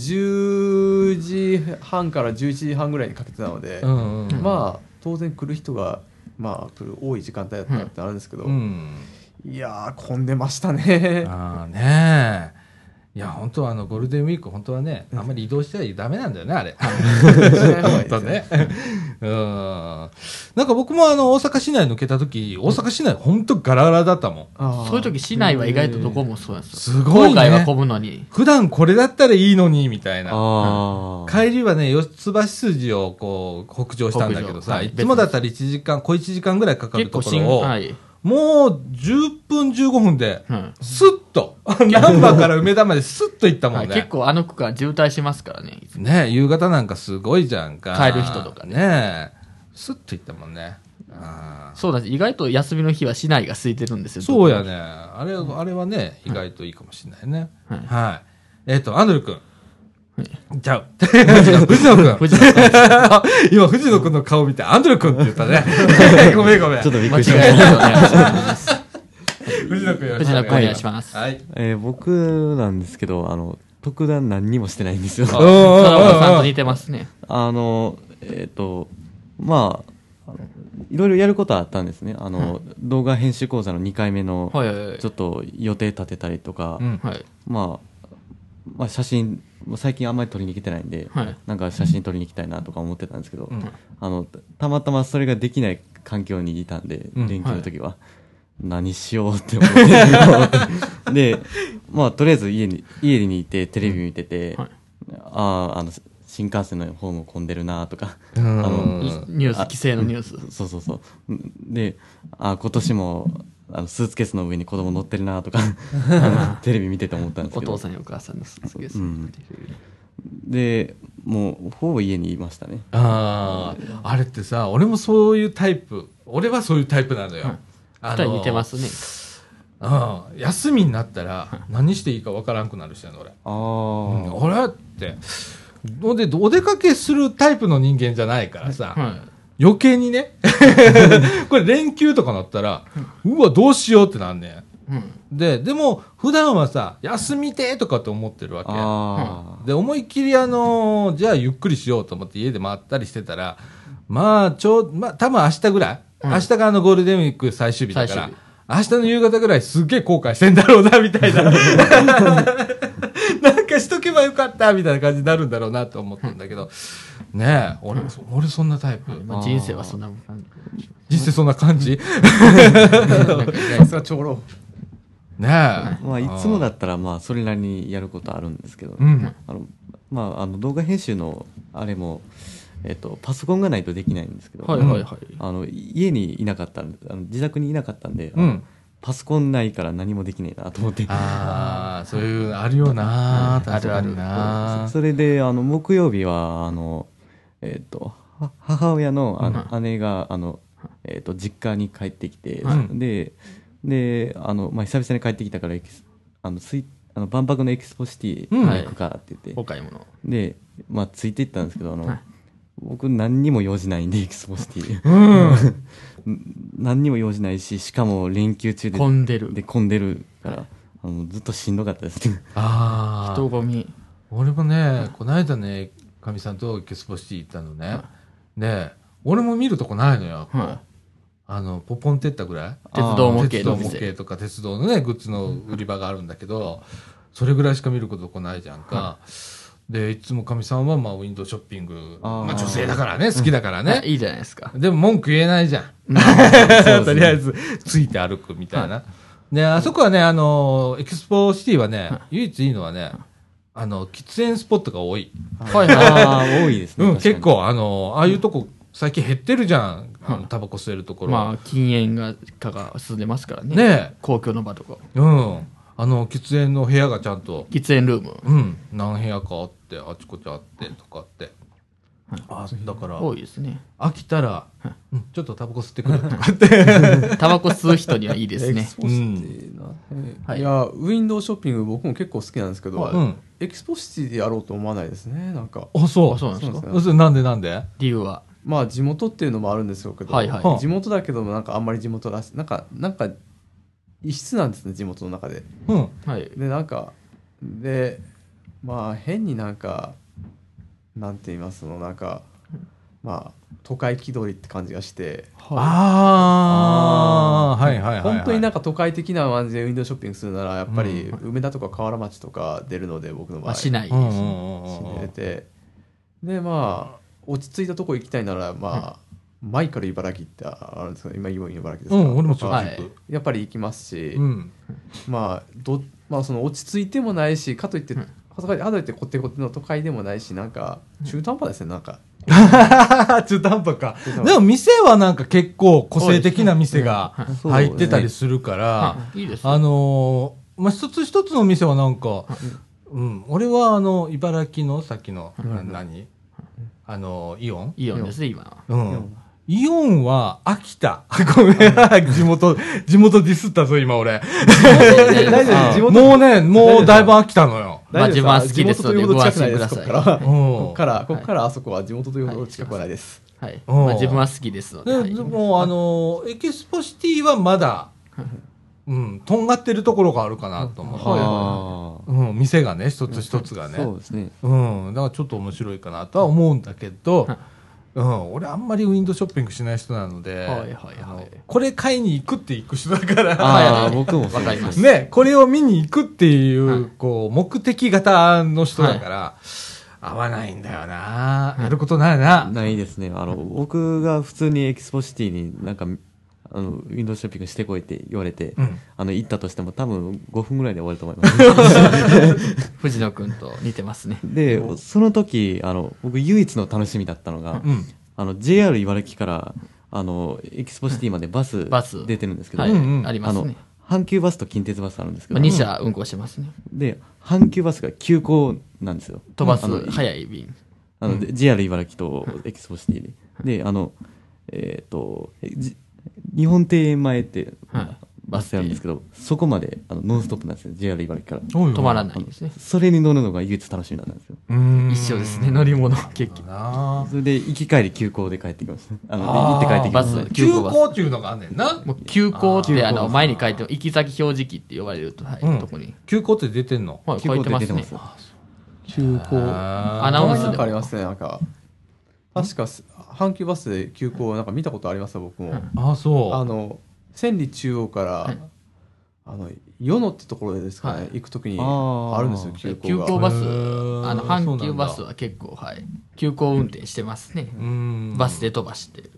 S4: 10時半から11時半ぐらいにかけてたので、
S1: うんうん、
S4: まあ、当然来る人が、まあ、来る多い時間帯だったってあるんですけど、
S1: うん、
S4: いやー、混んでましたね。
S1: ああねえ。いや本当はあのゴールデンウィーク本当はねあんまり移動してはダメなんだよねあ れ。本当ね。うん。なんか僕もあの大阪市内抜けた時大阪市内本当ガラガラだったもん。
S4: あー
S3: そういう時市内は意外とどこもそうなんですよ。
S1: すごいね
S3: 郊外は混むのに。
S1: 普段これだったらいいのにみたいな。
S2: ああ。
S1: 帰りはね四つ橋筋をこう北上したんだけど
S3: 北上
S1: さ、
S3: はい
S1: い、つもだったら1時間小1時間ぐらいかかる
S3: 結
S1: と
S3: 構
S1: こ
S3: 新、
S1: ろを、
S3: はい。
S1: もう10分15分で。
S3: うん
S1: スッと、難波から梅田までスッと行ったも
S3: は
S1: ん
S3: い結
S1: ね。
S3: 構あの区間渋滞しますからね。
S1: ね夕方なんかすごいじゃんか。
S3: 帰る人とか
S1: ね。スッと行ったもんね。あー
S3: そうなんです。意外と休みの日は市内が空いてるんですよ。
S1: そうやね。あれ、あれはね、意外といいかもしれないね。
S3: はい
S1: はい。えっと、アンドル君。じ ゃあ、藤野君。
S3: 藤野さん。
S1: 今、藤野君の顔見て、アンドル君って言った ね。ごめんごめん。
S2: ちょっとびっく
S3: 間違
S2: りしま
S3: えな
S2: した。
S3: いようにお願いします。
S1: 藤野君よろし
S3: 藤
S1: く
S3: 野君お願いし
S1: ま
S3: ます。
S1: はい。
S2: えー僕なんですけど、あの、特段何にもしてないんですよ。
S1: あうん
S3: 田中さんと似てますね。
S2: あの、えっ、と、まあ、あのいろいろやることはあったんですね。あの、動画編集講座の2回目の、
S3: はいはいはい
S2: ちょっと予定立てたりとか、
S1: うん
S3: はい。
S2: まあ、まあ、写真、もう最近あんまり撮りに来てないんで、
S3: はい
S2: なんか写真撮りに行きたいなとか思ってたんですけど、
S1: ん
S2: あの、たまたまそれができない環境にいたんで、
S1: うん
S2: 連休の時は。何しようって思って。 で、まあ、とりあえず家に、家にいて、テレビ見てて、
S3: はい
S2: ああ、あの、新幹線の方も混んでるなとか、
S1: う
S2: あの
S1: ん
S3: ニュース、規制のニュース。
S2: そうそうそう。で、あ今年も、あの、スーツケースの上に子供乗ってるなとか、あのテレビ見てて思ったんです
S3: お
S2: けど
S3: 父。さんやお母さんのすすげえ
S2: うんでもうほぼ家にいましたね
S1: ああ、あれってさ、俺もそういうタイプ、俺はそういうタイプなのよ。
S3: うん
S1: あの
S3: 二人似てますね。
S1: うん、休みになったら何していいかわからんくなる人やの俺。
S2: あ
S1: うんあれって。おでお出かけするタイプの人間じゃないからさ、
S3: は
S1: 余計にね これ連休とかなったら、うわどうしようってなんね
S3: い。うん。
S1: んででも普段はさ休みてーとかって思ってるわけ
S2: あ
S1: で思いっきりあのじゃあゆっくりしようと思って家で回ったりしてたらまあちょうまあ多分明日ぐらい、
S3: うん
S1: 明日があのゴールデンウィーク最終日だから
S3: 最終
S1: 明日の夕方ぐらいすっげえ後悔してんだろうなみたいななんかしとけばよかったみたいな感じになるんだろうなと思ったんだけどねえ俺俺そんなタイプ
S3: まあ、人生はそんなもんかな。
S1: 実際そんな感 じ
S4: さすが長老。
S1: ねえ
S2: まあいつもだったらまあそれなりにやることあるんですけど、
S1: うん
S2: あのまああの動画編集のあれもえっとパソコンがないとできないんですけど、
S3: はいはいはい。
S2: あの家にいなかったんあの自宅にいなかったんで、
S1: うん
S2: パソコンないから何もできねえなと思って
S1: ああそういうのあるよな
S3: うんあるある
S1: 確かにな
S2: それであの木曜日はあの、えっとは母親のあの、姉があの、えっと実家に帰ってきて、
S1: うん
S2: でであの、まあ、久々に帰ってきたからエキスあのスイあの万博のエキスポシティ
S1: うん
S2: 行くかって言って、
S3: お買い物。
S2: で、まあ、ついていったんですけどあの、
S3: はい
S2: 僕何にも用事ないんでエキスポシティ 何にも用事ないししかも連休中で
S3: 混んでる。
S2: で混んでるからあのずっとしんどかったですね
S1: ああ
S3: 人混み。
S1: 俺もね、こないだね、かみさんとエキスポシティ行ったのね。で、俺も見るとこないのよ。
S3: は
S1: あの、ポポンテッタぐらい
S3: い。鉄道模型
S1: 鉄
S3: の
S1: 道
S3: お
S1: 模
S3: 店。
S1: 型とか鉄道のね、グッズの売り場があるんだけど、それぐらいしか見ることこないじゃんか。で、いつもかみさんは、まあ、ウィンドウショッピング。
S2: あー
S1: まあ、女性だからね、好きだから
S3: ね、
S1: ね。
S3: いいじゃないですか。
S1: でも文句言えないじゃん。 とりあえず、ついて歩くみたいな。で、あそこはね、あの、エキスポシティはね、唯一いいのはね、あの、喫煙スポットが多い。
S3: はいはい。
S2: ああ 多いですね、
S1: うん、
S2: 確かに
S1: 結構、あの、ああいうとこ、最近減ってるじゃん。あのタバコ吸えるところ。
S3: まあ、禁煙が、かが進んでますからね。
S1: ね
S3: 公共の場とか。
S1: え。うん。あの、喫煙の部屋がちゃんと、
S3: 喫煙ルーム。
S1: うん、何部屋かあって、あちこちあって、とかって。あだから、
S3: 多いですね。
S1: 飽きたら、うん、ちょっとタバコ吸ってくるとか。
S3: タバコ吸う人にはいいです
S4: エ
S3: ね
S4: キ。スポシティな、
S3: はい
S4: い、やウィンドウショッピング僕も結構好きなんですけど、
S1: うん。
S4: エキスポシティでやろうと思わないですねなんか
S1: あ、そ
S3: あ
S1: う。
S3: そうなん
S4: そ
S3: で
S4: うで
S3: すか
S4: す。ね
S1: それなんでなんで
S3: 理由は。
S4: まあ地元っていうのもあるんですけど、
S3: はいはい
S4: 地元だけどもなんかあんまり地元らしなんかなんか異質なんですね地元の中で
S1: うん。
S3: はい。
S4: でなんかでまあ変になんかなんて言いますのなんかまあ都会気取りって感じがして
S1: ああ、はいはいはいはい。
S4: 本当になんか都会的な感じでウィンドウショッピングするならやっぱり梅田とか河原町とか出るので僕の場
S3: ま
S4: 合
S3: あ、しない。
S1: うんうんうんうん
S4: 出てでまあ落ち着いたとこ行きたいならまあマイカル茨城ってあるんですか今今茨城です
S1: う
S4: か、
S1: ん、俺もそう
S4: まあ
S3: はい
S1: 聞く
S4: やっぱり行きますし、
S1: うん。
S4: まあどまあその落ち着いてもないしかといって、
S3: うん
S4: かといってこってこっての都会でもないしなんか中途半端ですねなんか
S1: 中途半端か。でも店はなんか結構個性的な店が
S2: うん
S1: 入ってたりするから、
S3: はいいいですね。
S1: あのー、まあ、一つ一つの店はなんか、うん、俺はあの、茨城のさっきの、な何あの、イオン
S3: イオンですね、今は。
S1: うん。イオンは秋田。 ごめん、地元、地元ディスったぞ、今俺。もうね、もうだいぶ飽きたのよ。
S3: まあ
S4: 大丈夫
S3: 自分は好きですので
S4: 地元というほど近くないです
S3: ご安心く
S4: こ
S3: だ
S4: こ
S3: さ
S1: う
S4: か
S1: ん
S4: らここからここからあそこは地元というほど近くはないです、
S3: はい。
S1: うん
S3: まあ、自分は好きですので。
S1: で
S3: はい
S1: でもあのエキスポシティはまだ、うん、とんがってるところがあるかなと思う、
S2: あ
S1: うん、店がね一つ一つが
S2: あ
S1: ね、
S2: そうですね
S1: うん、だからちょっと面白いかなとは思うんだけど、うん、俺あんまりウィンドウショッピングしない人なので、
S3: はいはいはい
S1: あのこれ買いに行くって行く人だから。
S2: ああ僕もそう
S3: わかり
S2: で
S3: ます す。
S1: ね、これを見に行くっていう、
S3: はい
S1: こう、目的型の人だから、合わないんだよな、やることないな。
S2: ないですねあの僕が普通にエキスポシティになんかあのウィンドウショッピングしてこいって言われて、
S1: うん
S2: あの行ったとしても多分5分ぐらいで終わると思 います
S3: 藤野くんと似てますね。
S2: でその時あの僕唯一の楽しみだったのが、
S1: うん。
S2: あの JR 茨城からあのエキスポシティまでバス
S3: バス
S2: 出てるんですけど、
S3: はい
S1: うんうん
S3: ありま
S2: あ
S3: す
S2: の
S3: ね。
S2: 阪急バスと近鉄バスあるんですけ
S3: ま
S2: ど、
S3: あ、2社運行してますね。
S2: で阪急バスが急行なんですよ
S3: 飛ばす
S2: あの
S3: 早い便。
S2: あの、で JR 茨城とエキスポシティで。で、あの、えっ、と、じ日本庭園前って
S3: はい
S2: バス停あるんですけど、そこまであのノンストップなんですよ、JR 茨城から。
S1: 止
S3: 止まら
S1: い。
S3: ないんですね。
S2: それに乗るのが唯一楽しみだったんですよ。
S1: うん。
S3: 一緒ですね、乗り物、結局。
S1: なあ
S2: それで、行き帰り休校で帰ってきました。あの、で
S1: あー
S2: 行って帰ってきまし
S3: バ
S2: た
S3: ス。
S1: 急行っていうのがあんねんな。
S3: もう急行っ
S2: あ
S3: て、
S2: ー
S3: あの、前に書いて、行き先表示器って呼ばれると、はい、
S1: うん
S3: とこに。
S1: 急行って出てんの
S3: はい、書いてます
S2: 急行っ
S3: ね
S2: て出て。ま
S4: 急行
S1: あ
S3: アナウンス
S4: なん
S3: で
S4: かあり
S3: も。
S4: ますねなんか確かす阪急バスで急行なんか見たことありますよ僕も、
S3: うん
S1: ーあー、そう。
S4: あの千里中央から、
S3: はい
S4: あの与野ってところですかね、
S3: はい
S4: 行くときに
S2: あー
S4: あるんですよ急
S3: 急
S4: 行が
S3: 行バス、
S1: へ
S3: あ
S1: ー
S3: の、阪急バスは結構、はい、急行運転してますね。
S1: うん
S3: バスで飛ばしてる。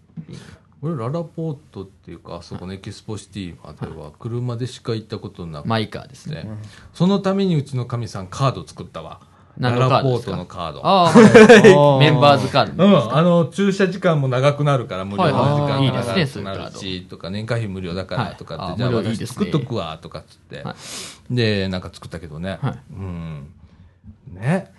S1: 俺ララポートっていうかあそこのエキスポシティまでは車でしか行ったことなく
S3: マイカーです
S1: て、
S3: ね。
S1: そのためにうちのかみさんカード作ったわ
S3: 何のカ
S1: ララ
S3: ード
S1: ポ
S3: で
S1: ー
S3: すか
S1: トのカード
S3: ああ、はい
S2: あー
S3: メンバーズカー
S1: う
S3: ド。
S1: ん、あの駐車時間も長くなるから無料の時
S3: はい
S1: 間
S3: あ
S1: が
S3: ーい
S1: 長
S3: いです
S1: く
S3: ね
S1: なる
S3: そうい
S1: しとか年会費無料だか
S3: は
S1: ら
S3: い
S1: とかって、
S3: あー
S1: じゃあ
S3: 無料いい
S1: 私
S3: です
S1: 作
S3: ね
S1: っとくわとかっつって、
S3: はい
S1: でなんか作ったけどね、
S3: はい
S1: うんね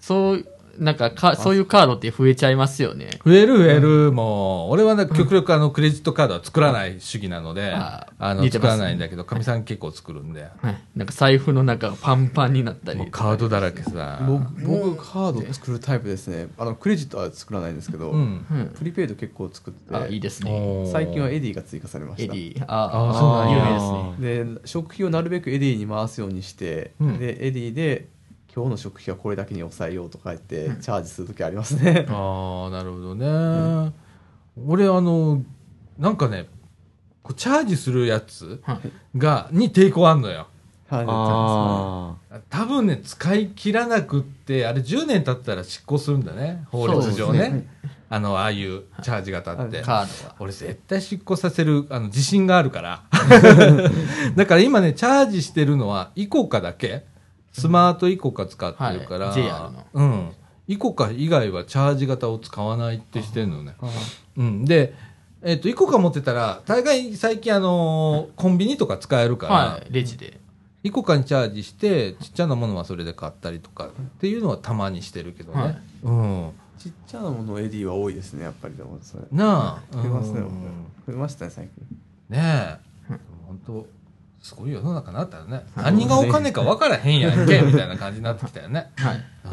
S3: そう、なんかか、そういうカードって増えちゃいますよね。
S1: 増える増える、もう、俺はね、極力あの、クレジットカードは作らない主義なので、
S3: あ
S1: あ
S3: ー
S1: の、
S3: 似て
S1: 作
S3: ます
S1: らないんだけど、かみさん結構作るんで、
S3: はい。なんか財布の中がパンパンになった
S1: もう
S3: り。
S1: カードだらけさ。
S4: 僕僕カード作るタイプですねあのクレジットは作らないんですけど、
S1: うん。
S3: うん。
S4: プリペイド結構作って
S3: あ、
S4: て
S3: いいですね。
S4: 最近はエ
S1: デ
S4: ディが追加されま
S3: エ
S4: し
S3: デ
S4: た
S3: ィ。
S1: あ
S3: ああ、
S1: そうなんや
S3: 有名ですね。
S4: で食費をなるべくエディに回すようにして、
S1: うん
S4: でエディで今日の食費はこれだけに抑えようとか言ってチャージする時あり ますね、
S1: ああ、なるほどね。俺、あの、なんかね、こうチャージするやつ
S3: はい
S1: が、に抵抗あんのよ。
S4: はい
S2: あ
S1: 多分ね、使い切らなくって、あれ10年経ったら執行するんだね、法律上
S3: そうです
S1: ね。あの、ああいうチャージが立って。
S3: カードは。
S1: 俺絶対執行させるあの自信があるから だから今ねチャージしてるのはイコカだけスマートイコカ使ってるから、
S3: はい JR の
S1: うんイコカ以外はチャージ型を使わないってしてんのね、うん、で、えっとイコカ持ってたら大概最近あのーコンビニとか使えるから、
S3: はい、レジで。
S1: イコカにチャージしてちっちゃなものはそれで買ったりとかっていうのはたまにしてるけどね、
S3: はい
S1: うん
S4: ちっちゃなものエディは多いですねやっぱりでもそれ
S1: なあ、
S4: 増えますね
S1: うん
S4: 増えましたね最近
S1: ねえ、本当すごい世の中になったよね何がお金か分からへんやんけみたいな感じになってきたよね、
S3: はい。
S1: う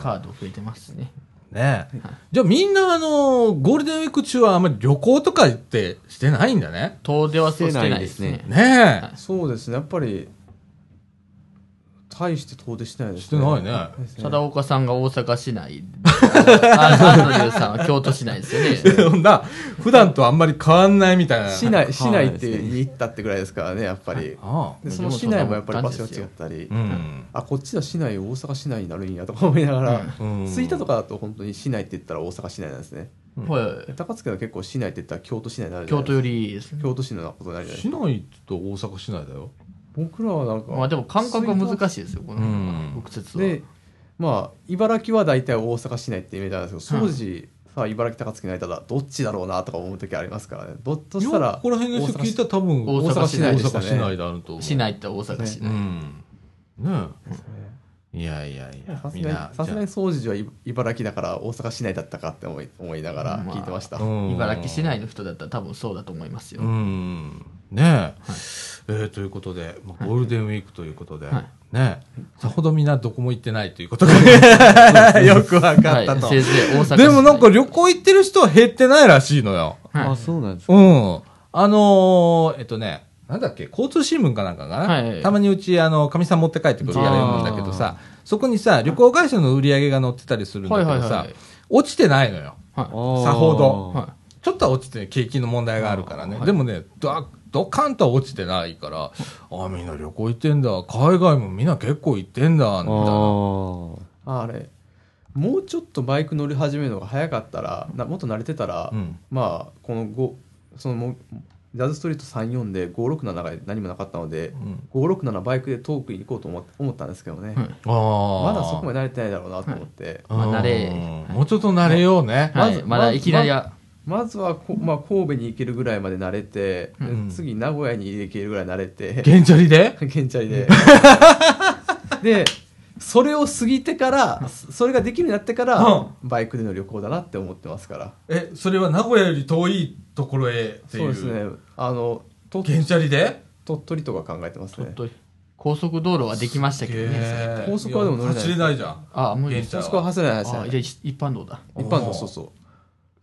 S3: カード増えてますね。
S1: ん、ねえじゃあみんなあのゴールデンウィーク中はあんまり旅行とかってしてないんだね
S3: 遠出はそうしてないです
S2: して
S3: ね。
S1: ね
S4: そうですねやっぱり大して遠出してない
S1: え
S4: です
S1: してないね
S4: ですね
S3: 貞岡さんが大阪市内。あ安藤優さんは京都市内ですよね。
S1: そん な普段とあんまり変わんないみたいな
S4: 市内市内ってに行ったってぐらいですからねやっぱり
S1: ああ
S4: でその市内もやっぱり場所が違ったり、
S1: うん
S4: あこっちの市内大阪市内になるんやとか思いながら、
S1: うん
S4: 吹田とかだと本当に市内って言ったら大阪市内なんですね
S3: はい。
S4: 高槻は結構市内って言ったら京都市内になるじゃな
S3: 京
S4: いです
S3: 都よ
S4: か
S3: りいいですね。
S4: 京都市のようなことになるじゃない
S1: 市
S4: ですか
S1: 内って言うと大阪市内だよ
S4: 僕らはなんか
S3: まあでも感覚は難しいですよ、この辺は
S1: うん
S3: 北節は。
S4: でまあ茨城は大体大阪市内ってイメージなんですけど当時、さあ茨城高槻成田だどっちだろうなとか思う時ありますからねどっとしたら
S1: ここら辺の人聞いた
S4: 大阪
S1: ら多分
S3: 大阪市内
S1: 大
S4: でした
S1: 阪
S4: ね
S1: 市内であると思う
S3: 市内って大阪市
S1: う
S3: 内。
S1: んねえ
S4: 市ね
S1: いやいやいや
S4: さす
S1: みん
S4: が
S1: な
S4: にさすがに総除寺は茨茨城だから大阪市内だったかって思い思いながら聞いてました、
S1: うん
S3: 茨城市内の人だったら多分そうだと思いますよ。
S1: うんねえ、えーということで、まあ、ゴールデンウィークということで、
S3: は
S1: ねえさほどみんなどこも行ってないということが よくわかったと、
S3: はい、せいぜい大阪市内
S1: でもなんか旅行行ってる人は減ってないらしいのよ
S2: あ、
S3: はい
S2: あ、そうなんですか。
S1: うんあのーえっとねなんだっけ交通新聞かなんかかな、
S3: はい
S1: たまにうちあのかみさん持って帰ってくるやれるんだけどさそこにさ旅行会社の売り上げが載ってたりするんだけどさ、
S3: はいはいはいはい
S1: 落ちてないのよ
S2: さ
S3: は
S1: さほど
S3: い。は
S1: ちょっとは落ちて景気の問題があるからね、でもねドドカンとは落ちてないからあみんな旅行行ってんだ海外もみんな結構行ってんだみたいな
S2: あ
S4: あれもうちょっとバイク乗り始めるのが早かったらなもっと慣れてたら、
S1: うん
S4: まあこの5そのもジャズストリート34で567が何もなかったので
S1: うん
S4: 567バイクで遠くに行こうと思っ思ったんですけどね、
S3: はい
S1: あー
S4: まだそこまで慣れてないだろうなと思って、
S1: うん
S3: まあ慣れ
S1: もうちょっと慣れようね、
S3: い。は
S4: まず
S3: い、まだいきなりは、
S4: まずはこ、まあ、神戸に行けるぐらいまで慣れて、で
S1: うん
S4: 次名古屋に行けるぐらい慣れて
S1: 現チャリで
S4: 現チャリで でそれを過ぎてからそれができるようになってから、
S1: うん
S4: バイクでの旅行だなって思ってますから
S1: え、それは名古屋より遠いところへって
S4: そ
S1: いうう。
S4: ですねあのと
S1: 現チャリで
S4: 鳥取とか考えてます
S3: ちょっ
S4: ね
S3: と高速道路はできましたけどね。
S1: へー
S4: 高速はでも乗れない
S1: や走れないじゃん。
S3: ああ、無理で
S1: 現
S3: す。
S1: 地
S4: 高速は走れないです
S3: ああじゃあ
S4: ね
S3: 一一般道だ。
S4: 一般道そうそ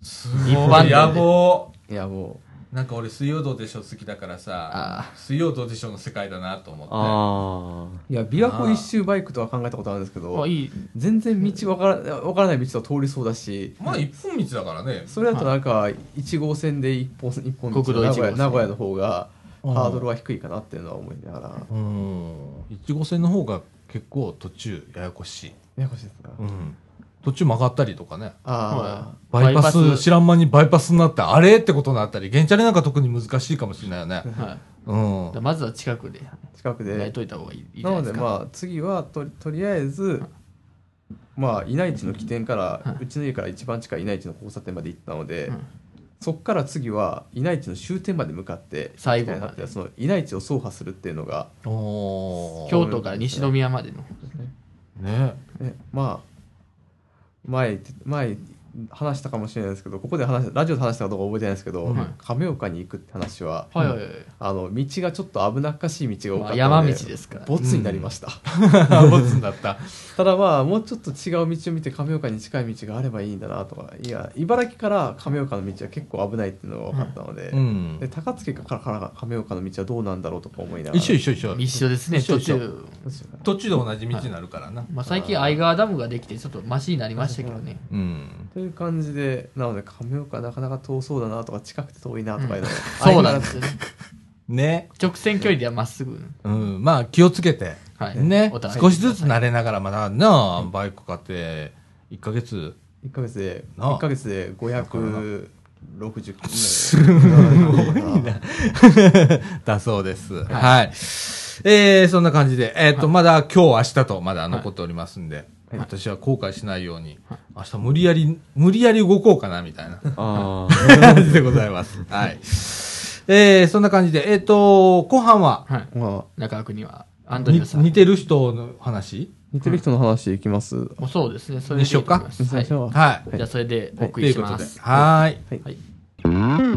S1: す
S3: 一
S1: ご
S3: 般道
S1: い
S3: で
S1: 野望。
S4: ういやも
S1: なんか俺水曜どうでしょう好きだからさ
S3: あ、
S1: 水曜どうでしょうの世界だなと思って。
S2: あ
S4: ういや琵琶湖一周バイクとは考えたことあるんですけど
S3: あいい。
S4: 全然道わからわからない道とか通りそうだし
S1: まあ一本道だからね。
S4: それだとなんか1号線で一本一本道
S3: 国道
S4: 名
S3: 一号
S4: 古屋
S3: 線
S4: 名古屋の方がハードルは低いかなっていうのは思いながら
S1: うん。1号線の方が結構途中ややこしい。
S4: ややこしいですか
S1: うん。途中曲がったりとかね。
S4: あ
S1: バイパ
S3: バイ
S1: ス、
S3: パス
S1: 知らん間にバイパスになって、あれってことになったり、現チャリなんか特に難しいかもしれないよね。
S3: はい。
S1: うん
S3: だから。まずは近くで
S4: あ近く
S3: やっ
S4: で
S3: といた方がいいいいじ
S4: な
S3: ゃない
S4: の
S3: で
S4: です
S3: か。
S4: まあ次はととりあえずまあ稲市の起点からうちの家から一番近い稲市の交差点まで行ったので
S3: うん
S4: そっから次は稲市の終点まで向かって
S3: 最後
S4: みたいなその稲市を走破するっていうのが
S1: おー。
S3: 京都から西宮までの。
S1: ね。
S4: ね、まあ前言って前話したかもしれないですけどここで話したラジオで話したかどうか覚えてないですけど、
S3: はい
S4: 亀岡に行くって話は、
S3: はいはいはい。
S4: あの道がちょっと危なっかしい道が多
S3: ま
S4: か
S3: あ
S4: ったの
S3: 山
S4: で、
S3: 道ですから。
S4: ボツになりました、
S1: ボツになった。
S4: ただまあもうちょっと違う道を見て亀岡に近い道があればいいんだなとかいや茨城から亀岡の道は結構危ないっていうのが分かったので,、
S1: うん
S4: で。高槻からから亀岡の道はどうなんだろうとか思いながら
S1: 一緒一緒一緒。
S3: 一緒ですね、
S1: 一緒
S3: 途
S1: 一緒
S3: 中。
S1: 途中で同じ道になるからな。
S3: まあ、最近、愛川ダムができて、ちょっとマシになりましたけどね。
S1: うん。
S4: という感じでなので亀岡なかなか遠そうだなとか近くて遠いなとかいうのが
S3: そうなんですよね。
S1: ね。
S3: 直線距離ではまっすぐ。
S1: うん。まあ、気をつけて。
S3: はい。
S1: ね
S3: お。互い
S1: 少しずつ慣れながら、まだなあ、バイク買って、1ヶ月。
S4: 一ヶ月で
S1: なあ
S4: 一ヶ月で五百六十
S1: すごいな。 だそうです。はい。えー、そんな感じで、えっ、と、まだ今日、明日とまだ残っておりますんで、私は後悔しないように、明日無理やり、無理やり動こうかな、みたい な
S2: あ。ああ。
S1: 感じでございます。はい。えー、そんな感じで、えっ、と、後半は、
S3: はい。
S4: まあ
S3: 中川君には、アンドリ
S1: に
S3: オさん。
S1: 似てる人の話
S4: 似てる人の話いきます。
S3: もうそうですね、それ
S1: に
S3: で
S1: しようか
S3: いいと思いますは。
S4: はい
S1: はい
S3: じゃあ、それでお
S1: い。
S3: 送りしま
S1: という
S3: す
S1: こと。ではーい。
S3: はい。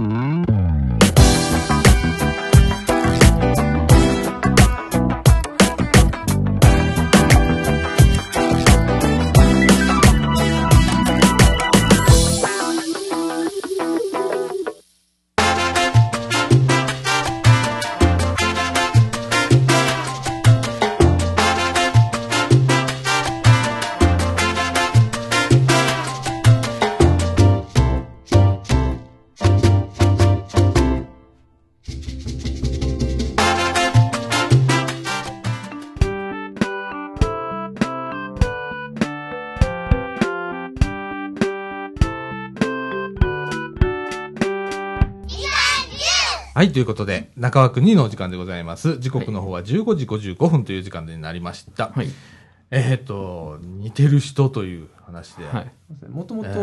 S1: はい、ということで、中枠2のお時間でございます。時刻の方は15時55分という時間になりました。
S3: はい
S1: えっ、と、似てる人という話で。
S3: はい。
S4: もともと
S1: え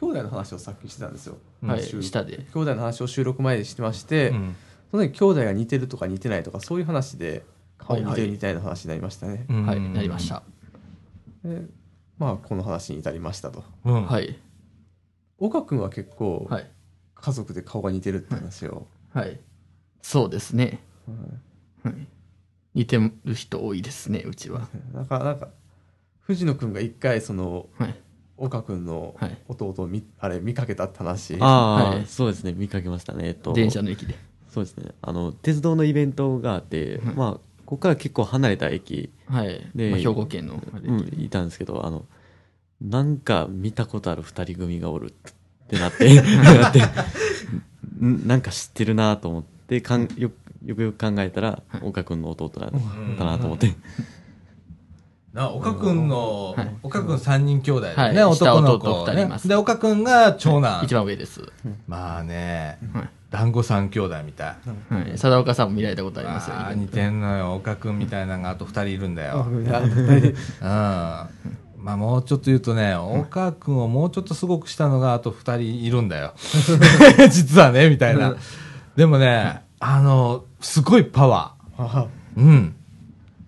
S4: 兄弟の話をさっきしてたんですよ。
S3: はい
S4: 収録
S3: したで
S4: 兄弟の話を収録前にしてまして、
S1: うん。
S4: その時兄弟が似てるとか似てないとかそういう話で顔似
S3: は
S4: て
S3: いは
S4: る
S3: い
S4: 似てないの話になりましたね。
S1: うん
S3: はい、なりまし。た。
S4: でまあこの話に至りましたと。
S1: うん。。
S3: はいい。
S4: 岡君は結構
S3: はい。
S4: 家族で顔が似てるって話を。
S3: はい。そうですね。はい似てる人多いですね、うちは。
S4: なんかなんか藤野君が一回その
S3: はい。
S4: 岡君の
S3: はい
S4: 弟を見、あれ見かけたって話
S2: ああ、
S3: はい
S2: そうですね見かけましたねえっと
S3: 電車の駅で。
S2: そうですねあの鉄道のイベントがあって、まあここから結構離れた駅、
S3: はい。
S2: で
S3: まあ兵庫県の。
S2: うん、いたんですけどあのなんか見たことある2人組がおるってなってなってんなんか知ってるなと思ってかんよよくよく考えたら岡君の弟だったなと思って
S1: な、岡くんの
S3: はい、
S1: 岡くん3人兄弟だよね、
S3: はい
S1: 男の子、
S3: 下弟二人い
S1: ね
S3: ま。す
S1: で、岡くんが長男。
S3: 一番上です。
S1: まあね、
S3: はい
S1: 団子3兄弟みたい。
S3: はい。貞岡さんも見られたことありますよ
S1: あー
S3: ね。
S1: 似てんのよ、岡くんみたいなのがあと2人いるんだよ。うん。ままあもうちょっと言うとね、岡君をもうちょっとすごくしたのがあと二人いるんだ よ。実はね、みたいな。でもね、あの、すごいパワ
S4: あ
S1: ー。うん。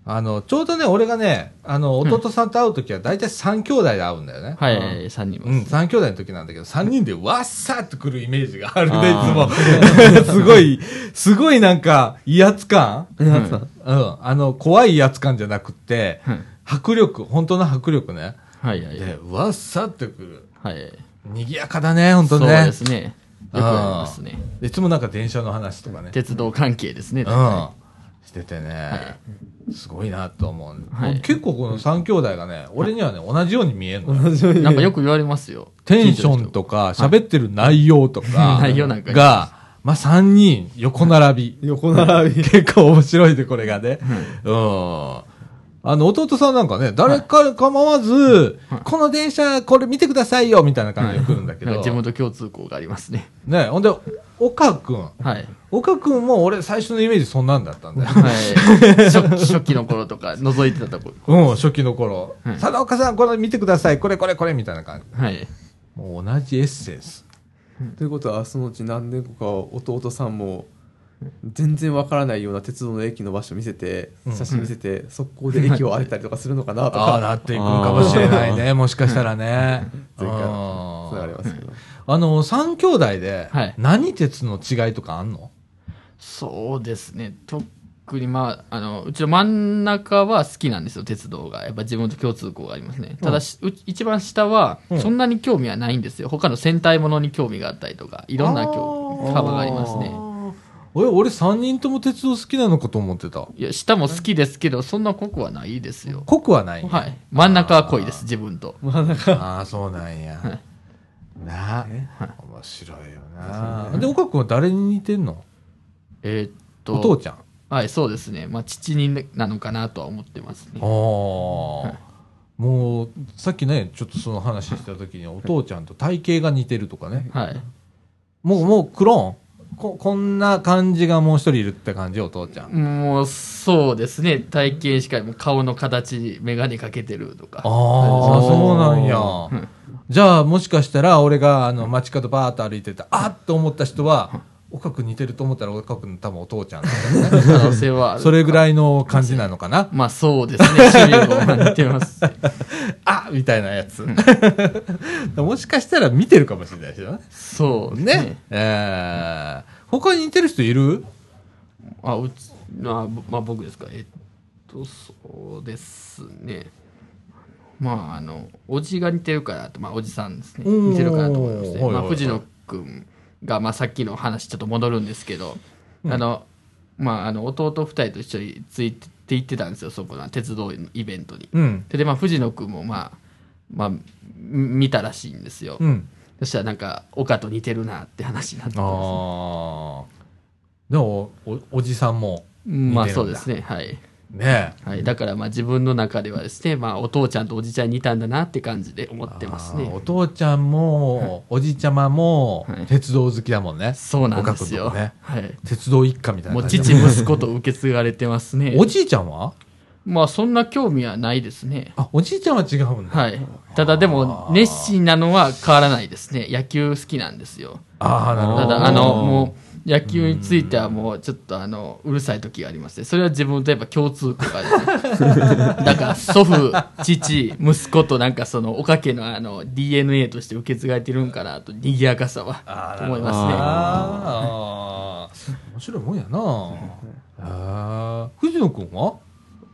S1: あの、ちょうどね、俺がね、あの、弟さんと会うときは大体三兄弟で会うんだよね。
S3: はい、3人います
S1: うん、3兄弟の時なんだけど、3人でわっさーって来るイメージがあるね、いつ
S2: あ
S1: も。すごい、 すごいなんか、威圧感
S3: うん
S1: うん、あの、怖い威圧感じゃなくって、
S3: うん
S1: 迫力、本当の迫力ね。
S3: はいはい
S1: で、わっさーって来る。
S3: はい。
S1: 賑やかだね、本当
S3: そう
S1: ね。
S3: ですね。よくありますね。
S1: いつもなんか電車の話とかね。
S3: 鉄道関係ですね。
S1: うん。しててね、すごいなと思う。
S3: はい
S1: 結構この3兄弟がね、俺にはね、同じように見えるのよ。
S3: なんかよく言われますよ。
S1: テンションとか、喋ってる 内容とか、
S3: 内容なんか
S1: が、まあ、3人横並び。横並び。 結構面白いで、これがね。うん。あの、弟さんなんかね、誰か構わず、この電車、これ見てくださいよ、みたいな感じで来るんだけ
S3: なん
S1: ど
S3: か。地元共通項がありますね。
S1: ね、ほんで、岡くん。
S3: はい。
S1: 岡くんも俺最初のイメージそんなんだったんだよ。
S3: はい。初期初期の頃とか、覗いてたとこ
S1: うん、初期の頃。
S3: はい
S1: 佐田岡さん、これ見てください。これこれこれ、みたいな感じ。
S3: はい。
S1: もう同じエッセンス。
S4: ということはそのうち何年後かは弟さんも全然わからないような鉄道の駅の場所見せて写真見せて、速攻で駅を歩いたりとかするのかなと
S1: ああ、
S4: か
S1: なっていくんかもしれないね。もしかしたら ね。
S4: 前回
S1: うん
S4: そういうのありますけど、
S1: あの、三兄弟で
S3: はい、
S1: 何鉄の違いとかあんの
S3: そうですね。特にまあ、あの、うちの真ん中は好きなんですよ、鉄道が。やっぱ地元共通項がありますね。ただし、う一番下は、そんなに興味はないんですよ。他の戦隊ものに興味があったりとか、いろんな興
S1: あー
S3: 幅がありますね。
S1: え、俺三人とも鉄道好きなのかと思ってた。
S3: いや、下も好きですけど、そんな濃くはないですよ。
S1: 濃くはないんや
S3: はい。真ん中は濃いです、自分と。
S1: ああ、そうなんや。なあ。面白いよな。で、岡君は誰に似てんの
S3: えーっと。
S1: お父ちゃん。
S3: はい、そうですね。まあ、父になのかなとは思ってますね。
S1: ああ。もう、さっきね、ちょっとその話してた時に、お父ちゃんと体型が似てるとかね。
S3: はい。
S1: もう、もう、クローンこ、こんな感じがもう一人いるって感じ、お父ちゃん。
S3: もう、そうですね。体型しか、もう顔の形、眼鏡かけてるとか。
S1: ああ、そうなん
S3: う
S1: や
S3: ん。
S1: じゃあ、もしかしたら、俺が、あの、街角バーッと歩いてて、あっと思った人は、岡君似てると思ったら、岡君多分お父ちゃんなんだよね。
S3: 可能性はある。
S1: それぐらいの感じなのかな
S3: まあ、そうですね。趣味もまあ似てます。
S1: あみたいなやつ。 もしかしたら見てるかもしれないしね。
S3: そうですね。
S1: ね。えー他に似てる人いる
S3: あ、うち、あぼまあ、僕ですか。えっと、そうですね。まあ、あの、おじが似てるからと、まあ、おじさんですね。
S1: おー
S3: 似てるかなと思いますね。
S1: はいはい
S3: ま
S1: はい
S3: あ、藤野くんが、まあ、さっきの話ちょっと戻るんですけど、あの、まあ、あの、弟二人と一緒について行ってたんですよ、そこの鉄道のイベントに。
S1: うん。
S3: で、でまあ、藤野くんも、まあ、まあ、み見たらしいんですよ。
S1: うん。
S3: そしたら、なんか、岡と似てるなって話になって
S1: ああ
S3: ます。
S1: ー。でもお、おじさんも
S3: まあ、
S1: 似てるんだ
S3: そうですね。はい。
S1: ね。
S3: はい、だからまあ自分の中ではですね、まあ、お父ちゃんとおじちゃんに似たんだなって感じで思ってます
S1: あーお
S3: ね。
S1: 父ちゃんも、おじちゃまも
S3: はい、
S1: 鉄道好きだもんね。
S3: そうなんです
S1: お
S3: よ。
S1: かくんとかね
S3: はい、
S1: 鉄道一家みたいな
S3: もう
S1: 感じだ
S3: 父
S1: もんね。。
S3: 息子と受け継がれてます ね
S1: おじいちゃんは
S3: まあそんな興味はないですね。
S1: あ、おじいちゃんは違うんだ。
S3: はい、ただでも熱心なのは変わらないですね。野球好きなんですよ。
S1: ああ、なるほ
S3: た
S1: ど。
S3: だあのもう野球についてはもうちょっとあのうるさい時がありましてそれは自分とやっぱ共通とかねだから祖父父息子となんかそのおかけのあの DNA として受け継がれてるんかなと賑やかさは思いま
S1: ああ、面白いもんやな。ああ、藤野君は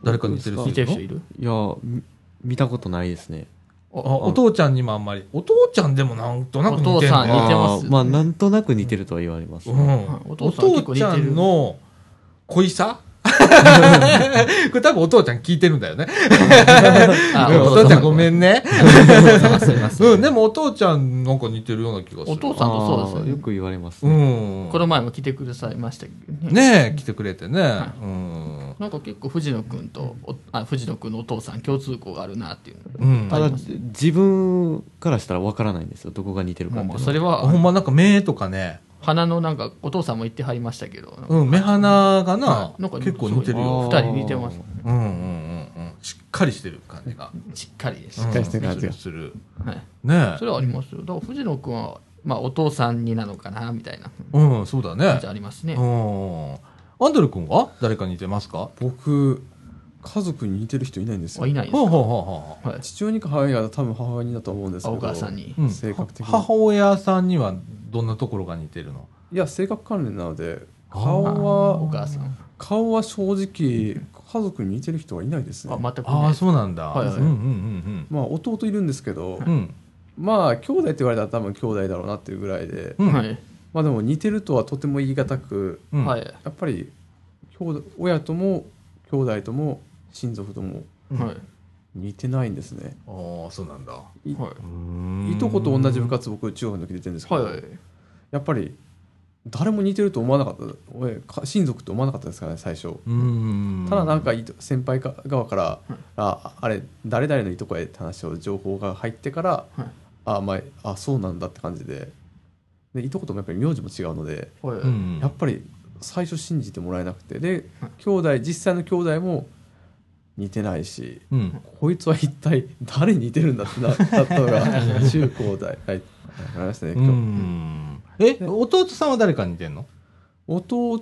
S1: 誰か似てる
S3: すね似てる人い
S1: る
S3: る
S2: いやみ見たことないですね
S1: あお父ちゃんにもあんまり。お父ちゃんでもなんとなく似てる
S3: お父さん似てます
S2: あーまあなんとなく似てるとは言われます、
S1: うん
S3: はい、お
S1: お
S3: 父さん結
S1: 父
S3: 構似て
S1: ち
S3: る
S1: ゃんの恋さ これ多分お父ちゃん聞いてるんだよね。
S3: あ
S1: うんお父ちゃんごめんね。うん、でもお父ちゃんなんか似てるような気がする。
S3: お父さんもそうです
S2: あ
S3: よ
S2: ー
S3: ね
S2: よく言われます、ね
S1: うん。
S3: この前も来てくださいましたけどね
S1: ねえ、来てくれてね。うん。
S3: なんか結構藤野君とおあ藤野君のお父さん共通項があるなっていうの
S1: うん。
S2: ただ自分からしたらわからないんですよどこが似てるか
S3: ま
S2: っ
S3: あ
S2: ていう
S3: ま
S2: の
S3: あ
S2: は
S3: それは
S1: ほんまなんか目とかね。
S3: 花のなんかお父さんも言ってはりましたけど、
S1: うん、目鼻がな
S3: はいなんか、
S1: 結構似てる
S2: あ
S1: よ。
S2: ー
S3: 二人似てます。
S1: うんうんうんうん。しっかかりしてる感じが。
S3: しっかりです。
S1: しっ
S5: かりしてる感じが
S1: する。
S3: はい。
S1: ね
S3: それはありますよ。だから藤野君は、まあお父さんになのかな、みたいな
S1: うん、そうだ
S3: 感
S1: ね
S3: じ。ありますね
S1: う。ん。アンドル君は誰かに似てますか
S4: 僕家族に似てる人いないんですよ
S3: あ、いないです
S1: ほう
S3: か
S1: ほうほうほう。
S3: はい。
S4: 父親にか母親が多分母親だと思うんですけ
S3: あ
S4: ど
S3: お母さんに。
S1: うん
S4: 性格的に
S1: 母親さんにはどんなところが似てるの
S4: いや性格関連なので
S1: あー
S4: 顔は
S3: お母さん。
S4: 顔は正直家族に似てる人はいないですね
S3: あ、全く
S1: あ
S3: ね
S1: あ、。そうなんだ。
S3: はいはい
S1: うんうん
S4: まあ弟いるんですけど、
S1: うんうん。うん。
S4: まあ兄弟って言われたら多分兄弟だろうなっていうぐらいで
S1: うん
S3: はい。
S4: まあでも似てるとはとても言い難く
S1: うん
S3: はい。
S4: やっぱり兄弟親とも兄弟とも親族とも
S3: はい。
S4: 似てないんですね
S1: ああ、そうなんだ。
S4: い
S3: はい
S1: い
S4: いとこと同じ部活僕中学の時出てるんですけど、
S3: はい。
S4: やっぱり誰も似てると思わなかった俺か親族と思わなかったですからね最初
S1: うん。
S4: ただなんかいと先輩か側から、ああれ誰々のいとこへって話を情報が入ってから、
S3: はい
S4: あまああそうなんだって感じででいとこともやっぱり名字も違うので、
S3: はい。
S1: うん、
S4: やっぱり最初信じてもらえなくてで兄弟実際の兄弟も似てないし
S1: うん。
S4: こいつは一体誰に似てるんだってななったのが 中高大はいわかりましたね
S1: う
S4: 今日、
S1: ん。え、弟さんは誰かに似てんの
S4: 弟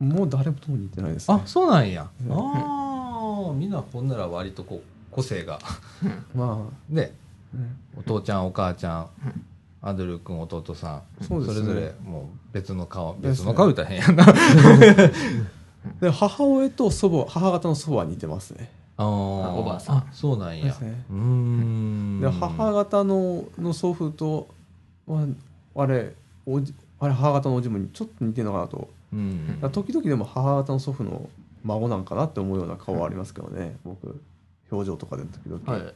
S4: も誰もとも似てないですね
S1: あ、そうなんや。ああ、みんなほんなら割とこう、個性が。
S4: まあ
S1: ね
S4: うん、
S1: お父ちゃん、お母ちゃん、アンドリュー君、弟さん、
S4: そうですね
S1: れぞれもう別の顔、
S4: ですね
S1: 別の顔歌えへんや な。
S4: で母親と祖母母方の祖母は似てますね
S1: あー
S3: おばあさん
S1: あそうなん
S4: で
S1: や。
S4: すね
S1: うーん。
S4: で母方のの祖父とはあれおじあれ母方のおじもちょっと似てるのかなと
S1: う
S4: だ
S1: ん
S4: から時々でも母方の祖父の孫なんかなって思うような顔はありますけどね僕表情とかで時々、
S3: はい。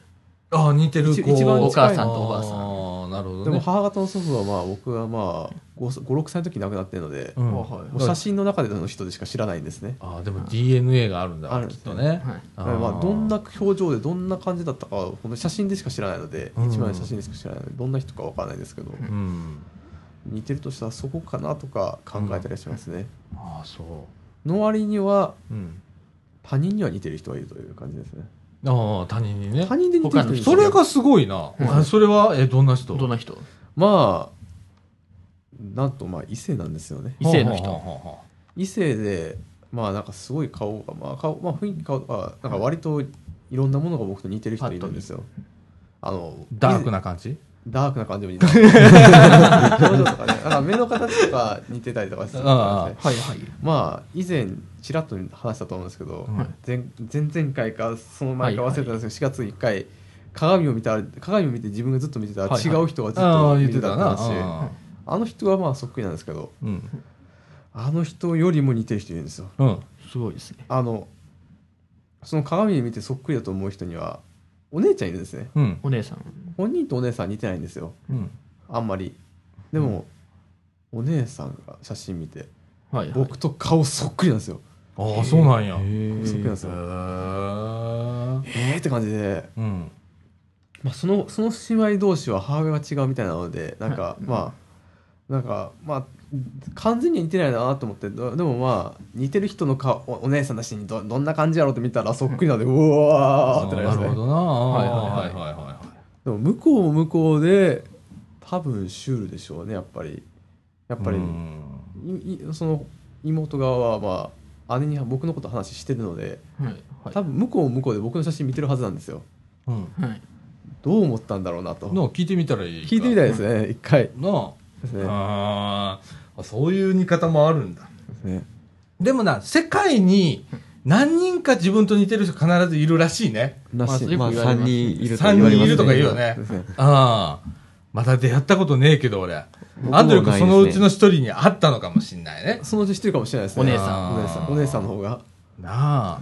S1: あー、似てる
S4: 一
S1: 子。
S4: 一番近い
S3: お母さんとおばあさ
S1: あ
S3: ん
S1: ーなるほどね。
S4: でも母方の祖父はまあ僕はまあ56歳の時に亡くなってるので、
S1: うん
S3: はい
S4: もう写真の中での人でしか知らないんですね
S1: あーでも DNA があるんだ
S4: あるん
S1: き
S4: で
S1: っ
S4: す
S1: と
S4: ね
S1: ね。
S3: はい
S1: あ
S4: だから
S1: ー
S4: まあどんな表情でどんな感じだったかはこの写真でしか知らないので、
S1: うん
S4: 一枚の写真でしか知らないのでどんな人かわからないですけど、
S1: うん。
S4: 似てるとしたらそこかなとか考えたりしますね、
S1: ああ、そ
S4: の割には
S1: う。うん。
S4: 他人には似てる人がいるという感じですね
S1: ああ、他人にね
S4: 他。人で似てる人いるんです
S1: そ
S4: よ
S1: れがすごいな。あそれは、え、どんな人
S3: どんな人
S4: まあなんとまあ異性なんですよね
S3: 異性の人
S1: はあはあはあはあ
S4: 異性でまあなんかすごい顔がまあ顔まあ雰囲気顔がなんか割といろんなものが僕と似てる人いるんですよあの
S1: ダークな感じ
S4: ダークな感じも似てる表情とかねなんか目の形とか似てたりとかするんです
S1: あ
S4: よ
S1: あ
S4: ね
S3: はいはい。
S4: まあ以前ちらっと話したと思うんですけど、
S1: はい
S4: 前前々回かその前か忘れたん
S3: は
S4: ですけど、4月1回鏡を見たら鏡を見て自分がずっと見てたら
S3: はい
S4: 違
S3: はいう
S4: 人がずっ
S1: あ
S4: と
S1: あ、言っ
S4: 見
S1: てて
S4: た
S1: た
S4: って
S1: な。
S4: 話
S1: ああ
S4: あの人はまあそっくりなんですけど
S1: うん。
S4: あの人よりも似てる人いるんですよ
S1: うん。
S3: すごいですね。
S4: あのその鏡に見てそっくりだと思う人にはお姉ちゃんいるんですね
S1: うん。
S3: お姉さん。
S4: 本人とお姉さん似てないんですよ
S1: うん。
S4: あんまりでも、お姉さんが写真見て
S3: はいはい。
S4: 僕と顔そっくりなんですよ
S1: ああ、そうなんや。へ
S4: そっくりなんですよ
S1: え。
S4: えーって感じで、
S1: うん。
S4: まあ、そのその姉妹同士は母親が違うみたいなのでなんか、まあなんかまあ完全には似てないなと思ってどでもまあ似てる人の顔おお姉さんだしにどどんな感じやろうって見たらそっくりなので うわーってなりま
S1: な
S4: す
S1: る
S4: ね
S1: ほどな。はい
S3: は
S1: はいい
S3: は
S1: は
S3: い
S1: いはい。
S4: でも向こうも向こうで多分シュールでしょうねやっぱりやっぱり、
S1: うん
S4: いいその妹側はまあ姉に僕のこと話してるので
S3: はいはい
S4: 多分向こうも向こうで僕の写真見てるはずなんですよ
S1: うん。
S3: はい。
S4: どう思ったんだろうなと
S1: なあ聞いてみたらいいか。
S4: 聞いてみたいですね一回
S1: なあ。
S4: ですね
S1: ああそういう見方もあるんだ
S4: ですね
S1: でもな世界に何人か自分と似てる人必ずいるらしいね
S4: な
S3: まあ
S4: し
S3: そ
S4: い
S3: れよ
S2: まあ
S3: く言われ
S2: 3
S3: ますね
S2: 人いると
S1: 3
S2: 言われ
S1: 人い
S2: ます
S1: るとか言うよ
S2: ね
S1: ね
S4: ですね
S1: ああまだ出会ったことねえけど俺
S2: も
S1: アンドリュー
S2: ない
S1: 君
S2: で
S1: そ
S2: す
S1: の
S2: ね
S1: うちの一人に会ったのかもしんないね
S4: そのうち知ってるかもしれないですね
S3: お姉さ
S1: ん
S4: お姉さんお姉さんの方が
S1: な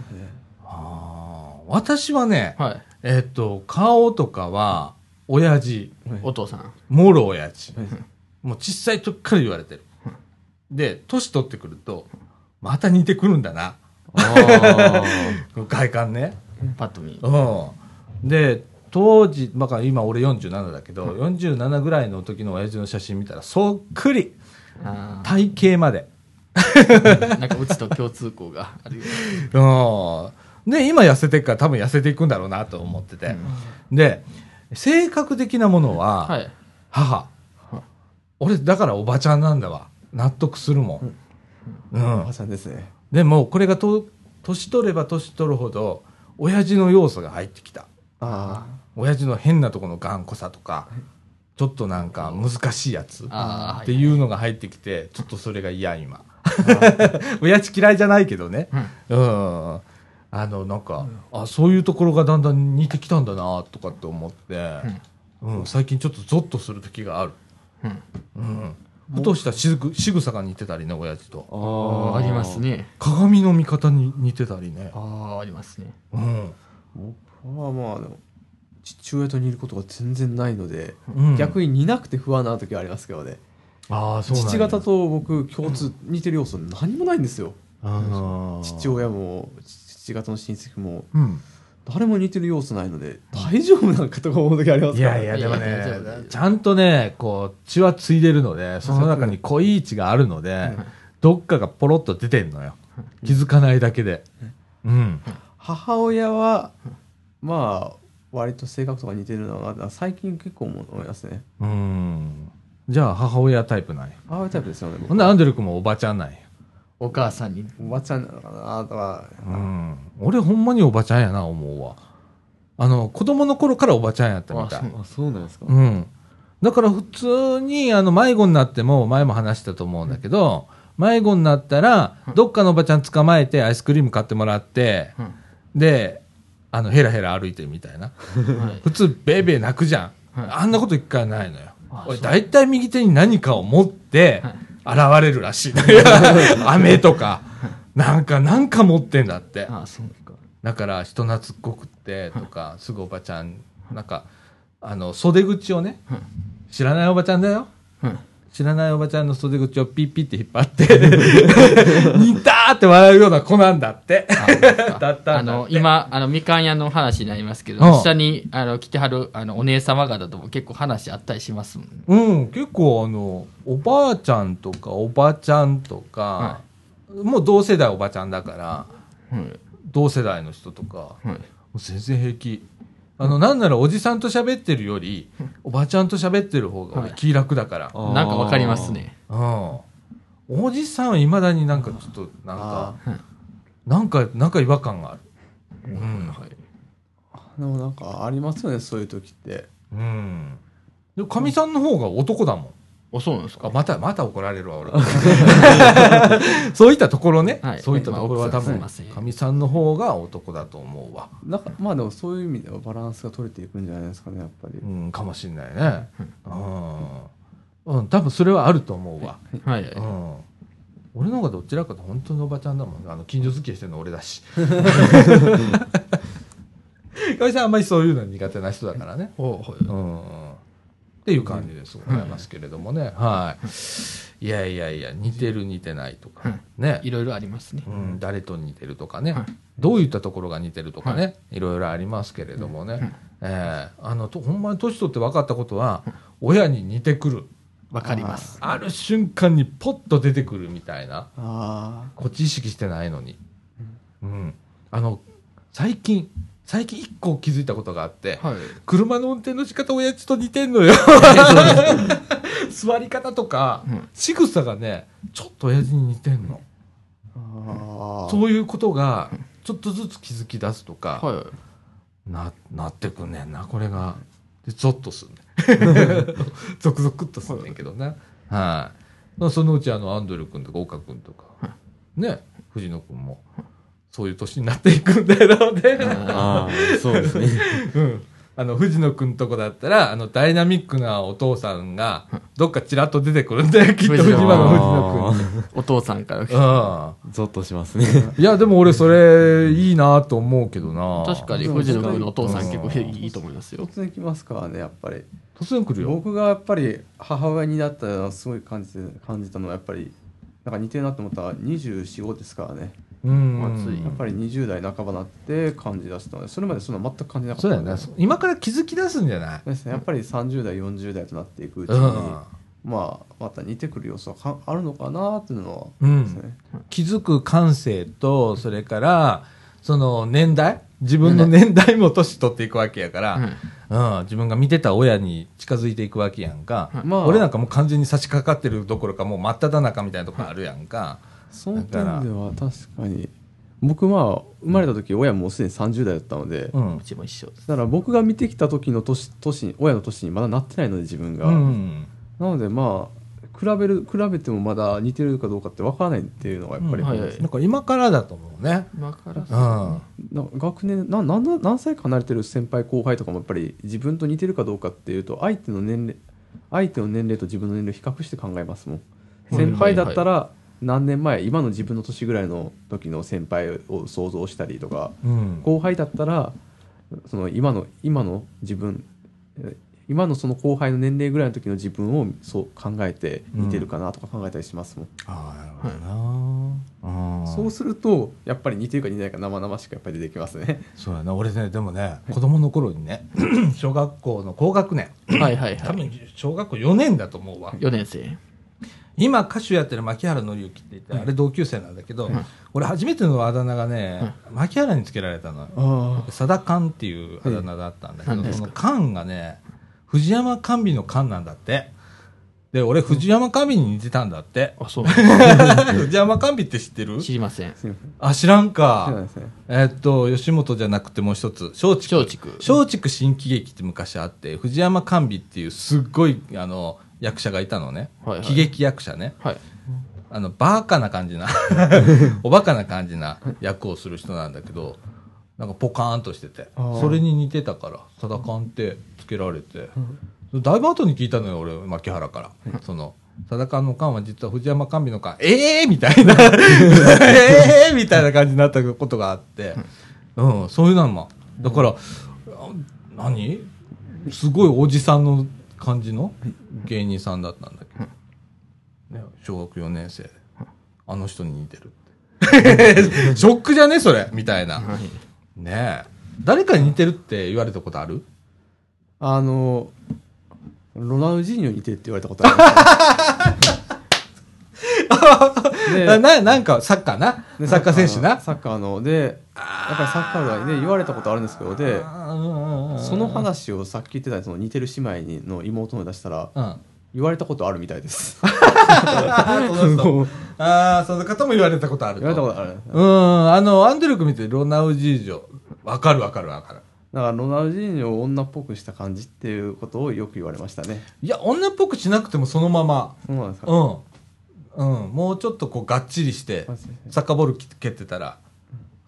S1: あああ私はね、
S3: はい。
S1: えっと顔とかは親父
S3: お父さん。
S1: もろ親父
S4: はい
S1: もう小さい時から言われてるで年取ってくるとまた似てくるんだな
S2: あ
S1: 外観ね
S3: パッと見。
S1: うん、で当時、まあ、今俺47だけど、47ぐらいの時の親父の写真見たらそっくり
S3: あ
S1: 体型まで、
S3: ーなんかうちと共通項があるよ
S1: うん、で、今痩せてっから多分痩せていくんだろうなと思ってて。で、性格的なもの
S3: は
S1: は、
S3: い。
S1: 母。俺、だからおばちゃんなんだわ。納得するもん。うん
S4: おば。ちゃんですね。
S1: でも、これがと、年取れば年取るほど、親父の要素が入ってきた。
S4: あ
S1: 親父の変なとこの頑固さとか、ちょっとなんか難しいやつ
S3: あー
S1: っていうのが入ってきて、ちょっとそれが嫌、今。 親父嫌いじゃないけどね。うん。あの、なんか、あ、そういうところがだんだん似てきたんだな、とかって思って、うん、最近ちょっとゾッとする時がある。うん。ふとしたしぐ仕草が似てたりね、親父と。
S2: あ
S3: あありますね。
S1: 鏡の見方に似てたりね。
S3: ああ、ありますね。
S1: うん。
S4: 僕はまあ、でも父親と似ることが全然ないので、
S1: うん
S4: 逆に似なくて不安な時はありますけどね。
S1: ああ、そうなんや
S4: 父方と僕共通、似てる要素何もないんですよ。
S1: あー
S4: 父親も、父方の親戚も、
S1: うん。
S4: 誰も似てる要素ないので、大丈夫なんかとか思う時ありま
S1: い
S4: すから
S1: や
S4: ね
S1: いや、でも
S3: いやいや大丈
S1: ね
S3: 夫、
S1: ちゃんとね、こう、血はついでるので、その中に濃い血があるので、どっかがポロッと出てんのよ。気づかないだけで。うん。
S4: 母親はまあ割と性格とか似てるのが最近結構思いますね
S1: うん。じゃあ、母親タイプない。
S4: ああいうタイプですよね
S1: ほんで、アンデル君もおばちゃんない。
S3: お母さんに。
S4: おばちゃんなのかなとか
S1: うん。俺、ほんまにおばちゃんやな、思うわ。あの、子供の頃からおばちゃんやったみたい。
S2: あそうなんですか、
S1: うん。だから普通に、あの、迷子になっても、前も話したと思うんだけど、迷子になったら、どっかのおばちゃん捕まえて、アイスクリーム買ってもらって、で、あの、ヘラヘラ歩いてるみたいな。
S3: はい
S1: 普通、ベーベー泣くじゃん。
S3: はい
S1: あんなこと一回ないのよ
S3: あ。
S1: 俺、
S3: そう
S1: 大体右手に何かを持って、現れるら しい。飴とか、なんか、なんか持ってんだって。
S3: ああ、そうか。
S1: だから人懐っこくってとかすぐおばちゃんなんかあの袖口をね知らないおばちゃんだよ
S3: うん
S1: 知らないおばちゃんの袖口をピッピッて引っ張 って似たーって笑うような子なんだって だった
S3: あ
S1: んだ
S3: の
S1: って
S3: 今あのみかん屋の話になりますけど
S1: うん
S3: 下にあの来てはるあのお姉様方とも結構話あったりしますもんね
S1: うん結構あのおばあちゃんとかおばちゃんとか、もう同世代おばちゃんだから
S3: はい
S1: 同世代の人とか
S3: はい
S1: もう全然平気。あの、なんならおじさんと喋ってるより、おばちゃんと喋ってる方が俺気楽だから。
S2: あー
S3: なんかわかりますね
S1: うん。おじさんはいまだになんかちょっと、なんか、なんか、なんか違和感がある。うん。
S4: でもなんかありますよねそういう時って
S1: うん。でも、かみさんの方が男だもん。
S3: あそうなんです
S1: あ、また、また怒られるわ、 俺。そういったところね。
S3: はい
S1: そういったところは多
S3: まあ奥さんすい
S1: 分
S3: ません、
S1: かみさんの方が男だと思うわ。
S4: なんかまあでもそういう意味ではバランスが取れていくんじゃないですかねやっぱり
S1: うん、かもしんないね。うん。うん、多分それはあると思うわ。、
S3: はいはいう
S1: ん、俺の方がどちらかと本当のおばちゃんだもんあの近所付き合いしてるの俺だしかみさんあんまりそういうの苦手な人だからね、うん、っていう感じですございますけれどもね、はいいやいやいや似てる似てないとか、ね
S3: い、ろいろありますね
S1: うん、誰と似てるとかね、
S3: はい
S1: どういったところが似てるとかね、い、ろいろありますけれどもね、えーあのとほんまに年取って分かったことは、親に似てくる
S3: わかります
S1: ある瞬間にポッと出てくるみたいな
S4: あ
S1: こっち意識してないのに、うん、あの最近最近一個気づいたことがあって、
S3: はい
S1: 車の運転の仕方親父と似てんのよ 座り方とか、
S3: うん
S1: 仕草がねちょっと親父に似てんの、
S4: ーあー
S1: そういうことがちょっとずつ気づき出すとか、
S3: はい
S1: ななってくんねんなこれがでゾッとすんね ゾクゾクっとすんねんけどねはい、そのうちあのアンドレ君とか岡君とかね藤野君もそういう年になっていくんだろうね、
S2: ああそう ですね
S1: うん、あの藤野君とこだったらあのダイナミックなお父さんがどっかちらっと出てくるん だよきっと藤
S3: 藤野
S1: 間の藤野君に。
S3: お父さんから
S1: うん
S2: ゾッとしますね
S1: いやでも俺それいいなと思うけどな
S3: 確かに藤野君のお父さん結構いいと思いますよ
S4: 突然きますからねやっぱり
S1: 突然来るよ
S4: 僕がやっぱり母親になったのはすごい感じて感じたのはやっぱりなんか似てるなと思ったら245ですからね
S1: うん
S3: 暑い
S4: やっぱり20代半ばになって感じ出したのでそれまでそんな全く感じなかった
S1: そうだよ
S4: ので
S1: ね。今から気づき出すんじゃない
S4: ですねやっぱり30代40代となっていくうち
S1: う
S4: に、
S1: ん。
S4: まあ、また似てくる要素はかあるのかなっていうのは
S1: う
S4: です
S1: ん。
S4: ね、
S1: 気づく感性と、それから、その年代自分の年代も年取っていくわけやから、うん、自分が見てた親に近づいていくわけやんか、
S4: まあ
S1: 俺なんかもう完全に差し掛かってるどころかもう真っ只中みたいなとこあるやんか、
S4: その点では確かに僕まあ生まれた時親もうすでに30代だったので、
S1: う
S4: だ
S1: ん
S3: うちも一緒です。
S4: から僕が見てきた時の年年親の年にまだなってないので自分が、
S1: うん、
S4: なのでまあ比べる比べてもまだ似てるかどうかって分からないっていうのがやっぱり、
S3: うんはい
S1: なんか今からだと思うね、
S3: 今から
S1: うん、あ
S4: な学年ななんだ何歳か離れてる先輩後輩とかもやっぱり自分と似てるかどうかっていうと相手の年齢相手の年齢と自分の年齢比較して考えますもん
S3: い
S4: 先輩だったら何年前今の自分の年ぐらいの時の先輩を想像したりとか
S1: うん
S4: 後輩だったらその今の今の自分え今のその後輩の年齢ぐらいの時の自分をそう考えて似てるかなとか考えたりしますもん、
S1: あなるほどな、うん、
S4: そうするとやっぱり似てるか似てないか生々しくやっぱり出てきますね
S1: そうやな俺ねでもね子供の頃にね 小学校の高学年
S3: はいはい
S1: 多
S3: はい。
S1: 分小学校4年だと思うわ
S3: 4年生。
S1: 今歌手やってる牧原紀之って言ってあれ同級生なんだけど、俺初めてのあだ名がね、牧原につけられたのよ
S4: あ
S1: 「さだかん」っていうあだ名だったんだけど、
S3: はい
S1: その「かん」がね藤山甘美の「かん」なんだってで俺藤山甘美に似てたんだ って、
S3: あ、そう。
S1: 藤山甘美って知ってる
S3: 知りません。
S4: すいません
S1: あ知らん
S4: そうなん
S1: か
S4: ですね
S1: えっと吉本じゃなくてもう一つ松竹
S3: 松竹。
S1: 松竹新喜劇って昔あって藤山甘美っていうすっごいあの役者がいたのね、
S3: はいはい
S1: 喜劇役者ね
S3: はい。
S1: あのバカな感じな おバカな感じな役をする人なんだけどなんかポカーンとしてて
S4: あー
S1: それに似てたから「さだかん」ってつけられて、だいぶ後に聞いたのよ俺牧原から、その「さだかんの勘は実は藤山甘美の勘ええー!」みたい な「ええー!」みたいな感じになったことがあって、うん、そういうのもだから、あ何すごいおじさんの感じの芸人さんだったんだけど。ね、小学4年生であの人に似てる ってショックじゃねそれみたいなねえ誰かに似てるって言われたことある
S4: あの、ロナウジーニョに似てるって言われたことありますで
S1: なななんかサッカーな
S4: で
S1: サッカー選手な
S4: サッカーの、で、やっぱりサッカー部で言われたことあるんですけど、で、その話をさっき言ってたその似てる姉妹にの妹の出したら、
S1: うんあ
S4: 言われたことあるみたいです。
S1: ーその人あーその方も言われたことある
S4: 言われたことある。
S1: うんあのアンデルク見てロナウジージョわかるわかるわかる
S4: だからロナウジーニョを女っぽくした感じっていうことをよく言われましたね。
S1: いや女っぽくしなくてもそのまま
S4: そうなんですか。
S1: うん、うん、もうちょっとこうがっちりして
S4: マジで
S1: サッカーボール蹴ってたら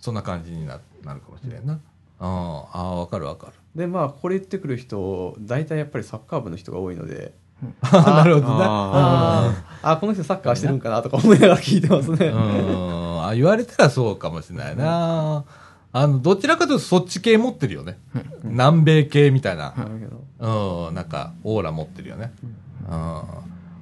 S1: そんな感じにななるかもしれんな、あーあーわかるわ かる
S4: で、まあ、これ言ってくる人、大体やっぱりサッカー部の人が多いので、
S1: なるほどね
S2: あ
S4: あ、この人サッカーしてるんかなとか思いながら聞いてますね。
S1: うんあ言われたらそうかもしれないな、あのどちらかというとそっち系持ってるよね、南米系みたいな、
S4: なるけど
S1: うんなんかオーラ持ってるよねうん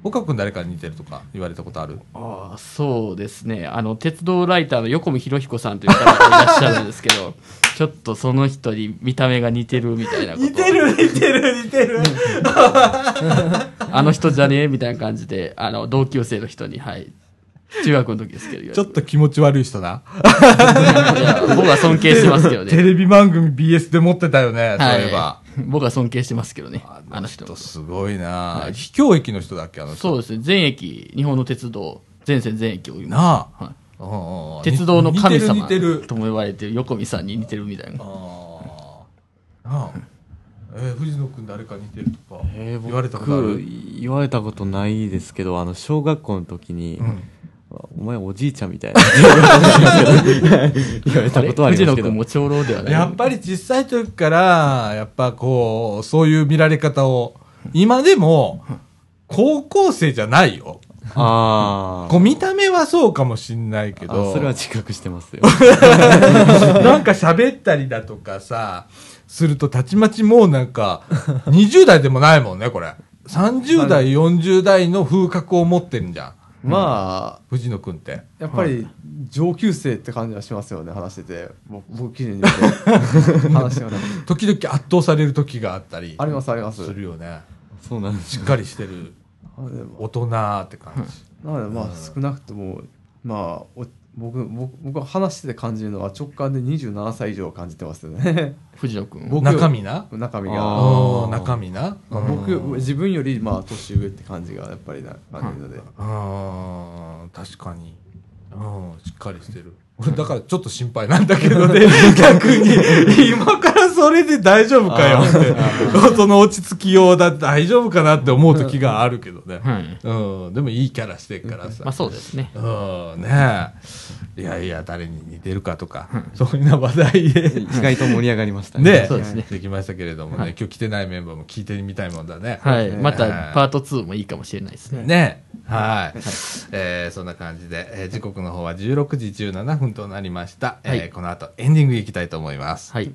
S1: 岡君誰かに似てるとか言われたことある
S3: ああ、そうですね。あの、鉄道ライターの横見博彦さんという方がいらっしゃるんですけど、 ちょっとその人に見た目が似てるみたいなこと。似てる似てる似てる あの人じゃねえみたいな感じで、あの、同級生の人に、はい。中学の時ですけど、
S1: ちょっと気持ち悪い人ない
S3: や僕は尊敬してますけ ど
S1: テ
S3: ね。
S1: レビ番組 BS で持ってたよね、そういえば
S3: はい、 僕は尊敬してますけどね。あ
S1: あ
S3: の
S1: の人
S3: 人のこと
S1: すごいな、
S3: はい
S1: 秘境駅の人だっけあの人
S3: そうですね。全駅、日本の鉄道、全線全駅を今
S1: なあ、
S3: はい
S1: うんうんうん
S3: 鉄道の神様
S1: 似てる似てる
S3: とも言われてる横見さんに似てるみたいな。
S1: ああなあえー藤野君誰か似てるとか
S2: えー、
S1: 言われたことあ
S2: 僕
S1: る
S2: 言われたことないですけどあの小学校の時に、お前おじいちゃんみたいな言われたことはあり
S3: 藤野
S2: ますけど
S3: 君も長老ではない。
S1: やっぱり小さい時からやっぱこうそういう見られ方を今でも高校生じゃないよ
S2: あ
S1: こう見た目はそうかもしんないけ
S2: ー
S1: ど
S2: あそれは自覚してますよ
S1: なんか喋ったりだとかさ、するとたちまちもうなんか、20代でもないもんね、これ。30代、40代の風格を持ってるんじゃん。
S4: まあ、
S1: 藤野くんって。
S4: やっぱり上級生って感じはしますよね、話してて。僕僕基準に話してもらう
S1: 時々圧倒される時があったり
S4: ありますあります
S1: す。るよね。
S2: そうなんです
S1: しっかりしてる
S4: なので、
S1: 大人って感じ。
S4: なのでまあ、少なくとも、まあ、お僕僕僕は話してて感じるのは直感で27歳以上を感じてますよね
S3: 藤野君
S4: 僕
S1: 中身な
S4: 中身
S2: あ
S4: が
S1: あー中身な
S4: まあ僕自分よりまあ年上って感じがやっぱりな感じるので
S1: あー確かにうんしっかりしてる 俺だからちょっと心配なんだけどね 逆 に今からそれで大丈夫かよって その落ち着きようだって大丈夫かなって思う時があるけどね、
S3: はい
S1: うん、でもいいキャラしてるからさ、
S3: まあそうですね
S1: うんねえいやいや誰に似てるかとか、そういうような話題で
S2: 意外と盛り上がりましたね。
S1: ね
S3: そうですね
S1: できましたけれどもね、
S3: はい
S1: 今日来てないメンバーも聞いてみたいもんだね。
S3: はい
S1: ね
S3: またパート2もいいかもしれないですね
S1: ねはい、えーそんな感じで、えー時刻の方は16時17分となりました、えー
S3: はい
S1: この後エンディングいきたいと思います、
S3: はい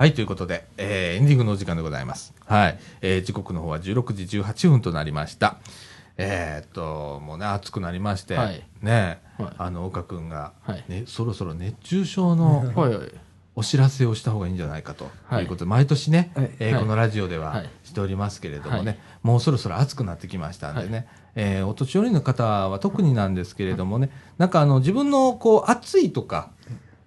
S1: はい、ということで、えーエンディングのお時間でございます。はい。えー時刻の方は16時18分となりました。えーっと、もうね、暑くなりまして、
S3: はい
S1: ね、
S3: はい
S1: あの、岡くんが、
S3: はい
S1: ね、そろそろ熱中症の
S3: はいはい
S1: お知らせをした方がいいんじゃないかと
S3: はい
S1: いうことで、毎年ね、
S4: はい
S1: えー
S3: はい
S1: このラジオで
S3: は
S1: はいしておりますけれどもね、
S3: はい
S1: もうそろそろ暑くなってきましたんでね、えーお年寄りの方は特になんですけれどもね、なんかあの自分のこう暑いとか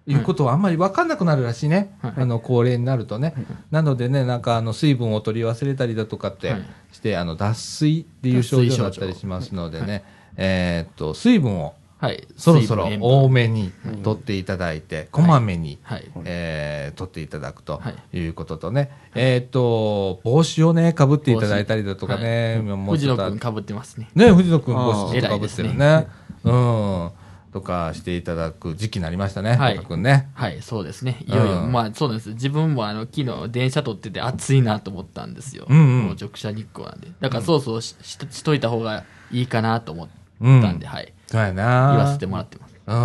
S1: いうことはあんまり分かんなくなるらしいね、
S3: はい
S1: あの高齢になるとね、なのでねなんかあの水分を取り忘れたりだとかって
S3: はい
S1: して、あの脱水っていう症状だったりしますのでね、えーっと水分を
S3: はい
S1: そろそろ
S3: 水分塩分
S1: 多めに取っていただいて、こまめに、
S3: はい
S1: えー取っていただくと
S3: は
S1: いうこととね、えーっと、帽子をね、かぶっていただいたりだとかね、もう
S3: 藤
S1: ちょ
S3: 野
S1: っとあっ
S3: 君かぶってますね
S1: ね、藤野君
S2: あー
S1: 帽子ちょっとかぶってるね。うん。とかしていただく時期になりましたね、
S3: はい
S1: 岡君ね。
S3: はい、そうですね。いよいよ、
S1: うん
S3: まあそうなんです。自分もあの昨日電車撮ってて暑いなと思ったんですよ。
S1: うんうん
S3: もう直射日光なんで。だからそうそうし,、ししといた方がいいかなと思った
S1: うん
S3: んで、はい。
S1: そうやな。
S3: 言わせてもらってます。
S1: うん。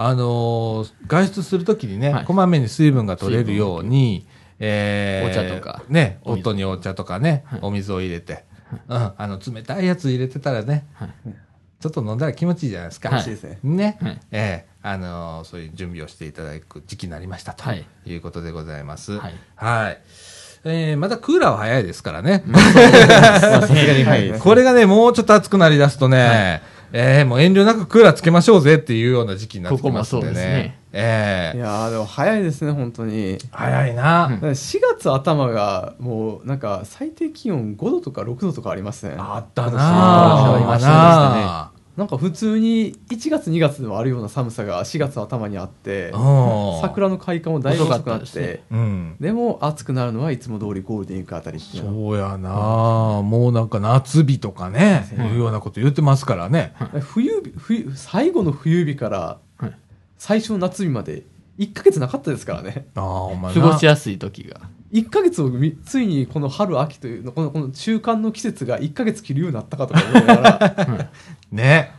S1: あのー外出するときにね、
S3: はい
S1: こまめに水分が取れるように、えー
S3: お茶とか
S1: ね、
S3: お水
S1: 夫にお茶とかね、
S3: はい
S1: お水を入れて、うん、あの、冷たいやつ入れてたらね、
S3: はい
S1: ちょっと飲んだら気持ちいいじゃないですか。
S3: はい
S4: 嬉しいですね
S1: ね、
S3: はい
S1: ええあのーそういう準備をしていただく時期になりましたと
S3: はい
S1: いうことでございます。
S3: はい
S1: はいえーまたクーラーは早いですからね。
S2: まあさすがに、はい。
S1: これがね、もうちょっと暑くなりだすとね、えーもう遠慮なくクーラーつけましょうぜっていうような時期になってきますんでね。
S3: ここもそうですね
S1: え
S4: い
S1: え
S4: やーでも早いですね本当に
S1: 早いな。
S3: うん
S4: 4月頭がもうなんか最低気温5度とか6度とかありますね
S1: あった
S2: あり
S1: な
S2: ました
S1: あ
S4: なんか普通に1月2月でもあるような寒さが4月頭にあって
S1: うん
S4: 桜の開花もだいぶ遅くな
S3: 遅かった
S4: っ
S3: です
S4: てで,、
S3: ね
S1: うん。
S4: も暑くなるのはいつも通りゴールデンウィークあたりっていうの
S1: そうやな、もうなんか夏日とかね、いうようなこと言ってますからね。
S4: 冬日冬最後の冬日から
S3: はい
S4: 最初の夏日まで1ヶ月なかったですからね
S1: ああ、お前
S3: 過
S1: な
S3: ごしやすい時が。
S4: 1ヶ月をみついにこの春秋というのこのこの中間の季節が1ヶ月切るようになったかとか思いながら
S1: ね。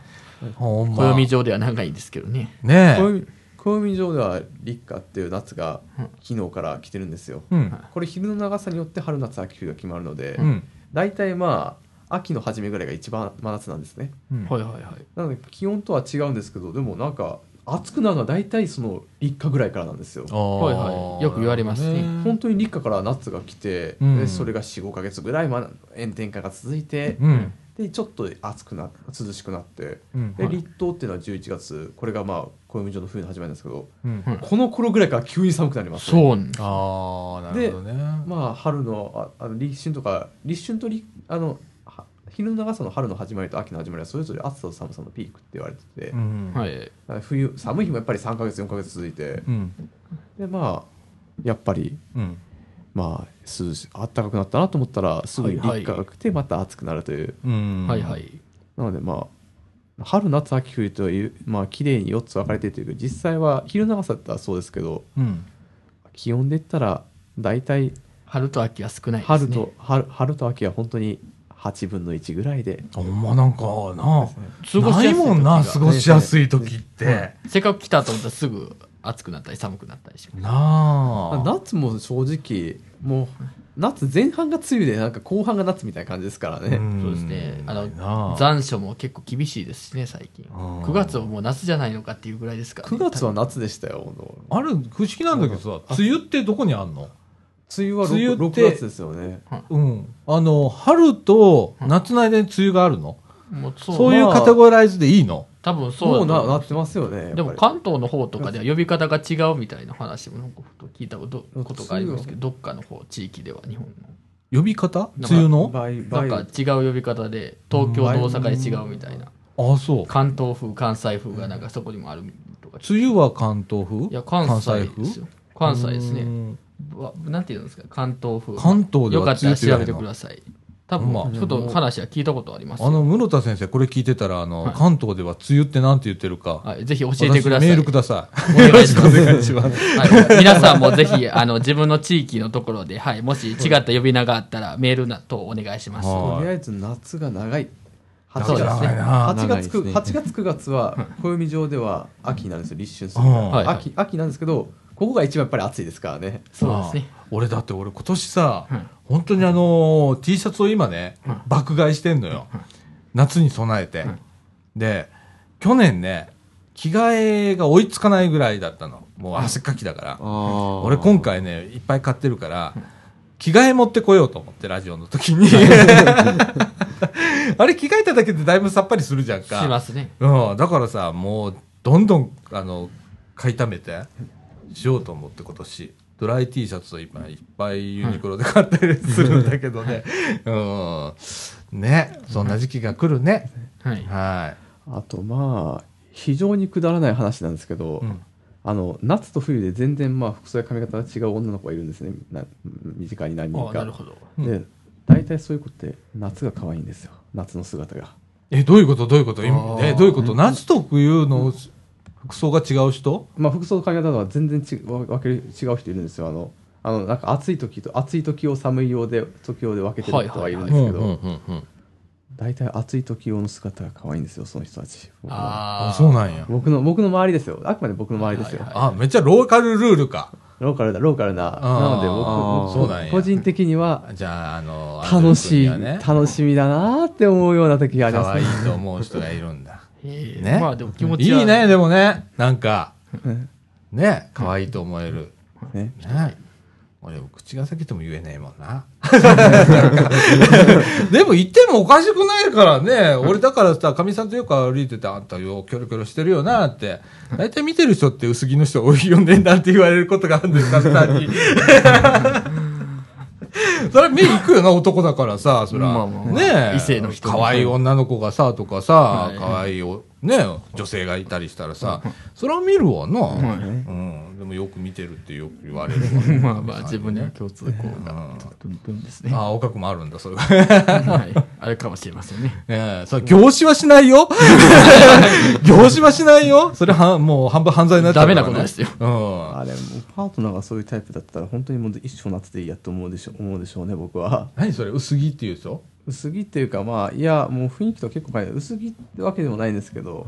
S1: ほんま。
S3: 暦上では長いんですけどね。
S1: ねえ。
S4: 暦暦上では立夏っていう夏が昨日から来てるんですよ
S1: うん。
S4: これ昼の長さによって春夏秋冬が決まるので、
S1: うん。
S4: 大体まあ秋の初めぐらいが一番真夏なんですね
S1: うん
S3: はいはいはい。
S4: なので気温とは違うんですけどでもなんか暑くなるのは大体その立夏ぐらいからなんですよ
S3: はいはいよく言われますね
S4: 本当に立夏から夏が来て、
S1: うん
S4: でそれが45か月ぐらいまで炎天下が続いて、
S1: うん。
S4: でちょっと暑くなっ涼しくなって
S1: うん
S4: で立冬っていうのは11月これがまあ暦上の冬の始まりなんですけど、
S1: うん
S3: はい
S4: この頃ぐらいから急に寒くなります、
S3: そうなんです
S1: ああなるほどね
S4: まあ春のああの立春とか立春と立あのは日の長さの春の始まりと秋の始まりはそれぞれ暑さと寒さのピークって言われてて、だ
S1: うん
S3: はい。
S4: から冬寒い日もやっぱり3か月4か月続いて
S1: うん
S4: でまあやっぱり
S1: うん
S4: まあ涼し暖かくなったなと思ったらすぐに
S3: はいはい
S4: 立夏が来てまた暑くなるという、
S1: うん
S3: はいはい。
S4: なのでまあ春夏秋冬というまあ綺麗に4つ分かれているというけど実際は昼長さだったらそうですけど
S1: うん
S4: 気温で言ったら大体
S3: 春と秋は少ないですね。
S4: 春と、春春と秋は本当に8分の1ぐらいで
S1: ほんまなんかな
S3: 過ごし
S1: な
S3: や
S1: い
S3: すい時が
S1: もんな過ごしやすい時って
S3: せっかく来たと思ったらすぐ暑くなったり寒くなったりします。
S1: なあ
S4: 夏も正直もう夏前半が梅雨でなんか後半が夏みたいな感じですからね、
S1: ん
S3: そうですねあの
S1: なあ
S3: 残暑も結構厳しいですしね、最近。
S1: うん
S3: 9月はもう夏じゃないのかっていうぐらいですから、ね。
S4: 9月は夏でしたよもう
S1: あれ不思議なんだけどさ梅雨ってどこにあんの
S4: 梅雨は 6,
S1: 梅雨って
S4: 月ですよね
S1: うんあの春と夏の間に梅雨があるの
S3: もうそう
S1: そういうカテゴライズでいいの
S3: 多分そ
S4: も
S3: うだと
S4: う
S3: 思いま
S4: な
S3: す
S4: なってますよね
S3: でも
S4: やっぱ
S3: 関東の方とかでは呼び方が違うみたいな話もなんかふと聞いたことことがありますけど、どっかの方、地域では日本の。
S1: 呼び方
S3: なん
S1: 梅
S3: か
S1: 雨
S4: り
S1: の
S4: 倍
S3: な
S4: 倍
S3: んか違う呼び方で、東京と大阪で違うみたいな。
S1: あそう
S3: 関東風、関西風がなんかそこにもあるとか。
S1: 梅雨は関東風
S3: いや、関西ですよ。関西です
S1: う
S3: ね。
S1: ん
S3: わなんていうんですか、関東風。
S1: 関東で
S3: よ
S1: は
S3: か
S1: 梅雨
S3: ったら
S1: って言
S3: 調
S1: わ
S3: べ
S1: れ
S3: て
S1: る
S3: く
S1: の
S3: ださい。多分、
S1: まあ
S3: ちょっと話は聞いたことありますよ
S1: あの室田先生これ聞いてたらあの、
S3: はい
S1: 関東では梅雨ってなんて言ってるか、
S3: はい、ぜひ教えてくださ
S1: 私
S3: い。
S1: メールください
S3: お願いします。
S1: 願いします
S3: はい、皆さんもぜひ、あの、自分の地域のところで、はい、もし違った呼び名があったら、メールなとお願いします。
S1: は
S4: とりあえず夏が長い8
S3: そうですね
S1: 長いな
S4: 8
S2: 長
S4: 月
S2: いです
S4: く
S2: ね
S4: 8月9月は暦上では秋なんですよ立春す
S1: う
S4: るから、
S1: ん
S3: はい
S4: 秋秋なんですけどここが一番やっぱり暑いですからね
S3: そうですね。
S1: ああ俺だって俺今年さ、
S3: はい
S1: 本当にあのー T シャツを今ね、
S3: は
S1: 爆買いしてんのよ、夏に備えて、
S3: はい
S1: で去年ね着替えが追いつかないぐらいだったのもう汗っかきだから、
S2: あ
S1: 俺今回ねいっぱい買ってるから着替え持ってこようと思ってラジオの時にあれ着替えただけでだいぶさっぱりするじゃん
S3: し
S1: か
S3: ますね。
S1: うん、だからさもうどんどんあの買いためてしようと思って今年ドライ T シャツを今いっぱいユニクロで買ったりするんだけどね、うんねそんな時期が来るね、
S3: はい。
S1: は
S4: あとまあ非常にくだらない話なんですけど、
S1: い、うん
S4: あの夏と冬で全然まあ服装や髪型が違う女の子がいるんですねな身近に何人
S3: あ
S4: か
S3: なるほど。
S1: ど
S4: で大体そういう子って夏が可愛いんですよ夏の姿が
S1: えどういうことどういうこと
S3: あー
S1: えどういうこと夏と冬の服装が違う人
S4: まあ服装の髪型とは全然ちわ分ける違う人いるんですよあのあのなんか暑い時と暑い時を寒い用で時用で分けてる人がいるんですけど、
S1: うんうん
S4: 大体暑い時用の姿が可愛いんですよその人たち僕の
S1: あ
S3: あ
S1: そう
S3: あ。
S1: なんや
S4: 僕の僕の周りですよあくまで僕の周りですよ、
S3: はい
S1: あめっちゃローカルルールか
S4: ローカルだローカルななので
S1: あー
S4: 僕
S1: そう
S4: 僕
S1: なんや
S4: 個人的には
S1: じゃああの
S4: 楽しい、
S1: アンドリュー君にはね
S4: 楽しみだなーって思うような時があり
S1: 可
S4: ます
S1: 愛い
S4: ね。
S1: と思う人がいるんだ
S3: ええ
S1: ね
S3: まあでも気持
S1: い
S3: ちはい
S1: ね、でもね、なんか、
S4: ん
S1: ね、可愛いと思える。
S4: ね
S1: ね。俺、口が裂けても言えねえもん な。でも言ってもおかしくないからね。俺だからさ、かみさんとよく歩いてて、あんたよ、キョロキョロしてるよなって。大体見てる人って薄着の人多いよね、なんて言われることがあるんです、かみさんに。 それ目いくよな、男だからさ、そら。
S3: まあまあまあ
S1: ねえ。
S3: 異性の人
S1: 可愛い女の子がさ、とかさ
S3: は、い
S1: 可愛いお、ねえ、女性がいたりしたら さ、それは見るわな。
S3: はい
S1: うん。でもよく見てるってよく言われるわね。
S3: まあまあ、自分には共通項
S1: う
S3: が
S1: ん
S3: 分んですね。
S1: ああ、おかくもあるんだ、それ が。
S3: はい。あれかもしれませんね。
S1: ええ、それ、業種はしない よ業種はしないよそれは、もう半分犯罪になっちゃうからね。
S3: ダメなことですよ
S1: うん。
S4: あれもうパートナーがそういうタイプだったら本当にもう一生夏でいいやと思うでしょ思うでしょうね僕は。
S1: 何それ、薄着っていうでしょ
S4: 薄着っていうかまあいやもう雰囲気と結構変え薄着ってわけでもないんですけど、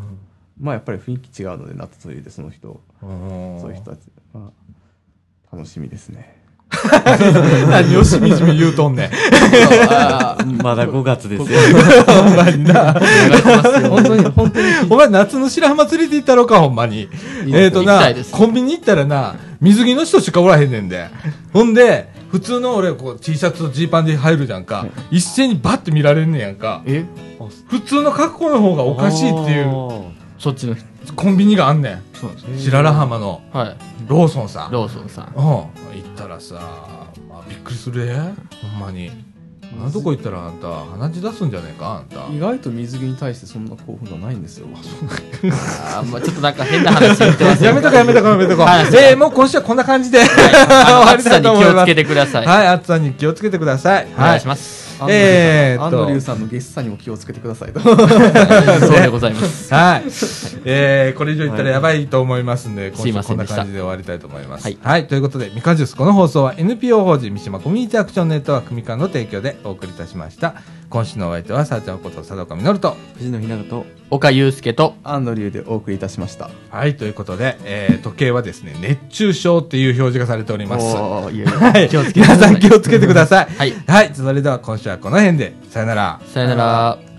S4: まあやっぱり雰囲気違うので夏と冬でその人
S1: うん
S4: そういう人たちまあ楽しみですね。
S1: 何をしみじみ言うとんねん。
S3: ああ、
S2: まだ5月ですよ。
S4: 本当に本当に
S1: お前夏の白浜連れて行ったろか、ほんまに。えっ、と
S3: 行きた
S1: ない
S3: で、す
S1: コンビニ行ったらな、水着の人しかおらへんねんで。ほんで、普通の俺こう T シャツとジーパンで入るじゃんか、一斉にバッて見られんねやんか
S3: え
S1: 普通の格好の方がおかしいっていう
S3: そっちの人
S1: コンビニがあんね
S3: そうなんです
S1: ん白良浜の
S3: はい
S1: ローソンさ
S3: ローソンさん
S1: うん行ったらさ、まあ、びっくりするでほんまにあんなとこ行ったらあんた鼻血出すんじゃねえかあんた
S4: 意外と水着に対してそんな興奮がないんですよ。
S3: あー、まあ、ちょっとなんか変な話言ってま す
S1: やめとこやめとこやめとこ、
S3: はい
S1: えーもう今週はこんな感じで、終わり
S3: 暑さ
S1: たい
S3: に気
S1: と思い
S3: を
S1: ま
S3: つ
S1: す
S3: けてください、
S1: はい、暑さに気をつけてください。
S3: お願
S1: はい
S3: し。ます、
S1: えー
S4: ア
S1: っ
S4: ンド
S1: と
S4: リューさんのゲスさにも気をつけてくださいと。
S3: そうでございます
S1: はい。えー、これ以上言ったらやばいと思いますんで、
S3: すい
S1: 今
S3: ま
S1: 週こ
S3: せ
S1: ん
S3: ん
S1: な
S3: でした
S1: 感じで終わりたいと思います。は
S3: はいい。
S1: ということで、みかんジュース、この放送は NPO 法人三島コミュニティアクションネットワークみかんの提供でお送りいたしました。今週のお相手は、さあちゃんこと佐藤かみのると。
S2: 藤野ひなたと
S3: 岡祐介と
S4: アンドリューでお送りいたしました。
S1: はい、ということで、えー、時計はですね、熱中症っていう表示がされております。は
S3: おーいやいや
S1: い。
S3: 気をつけてく
S1: 皆
S3: だ
S1: さ
S3: さい
S1: ん気をつけてください。
S3: はい
S1: はい。それでは今週はこの辺で、さよなら。
S3: さよなら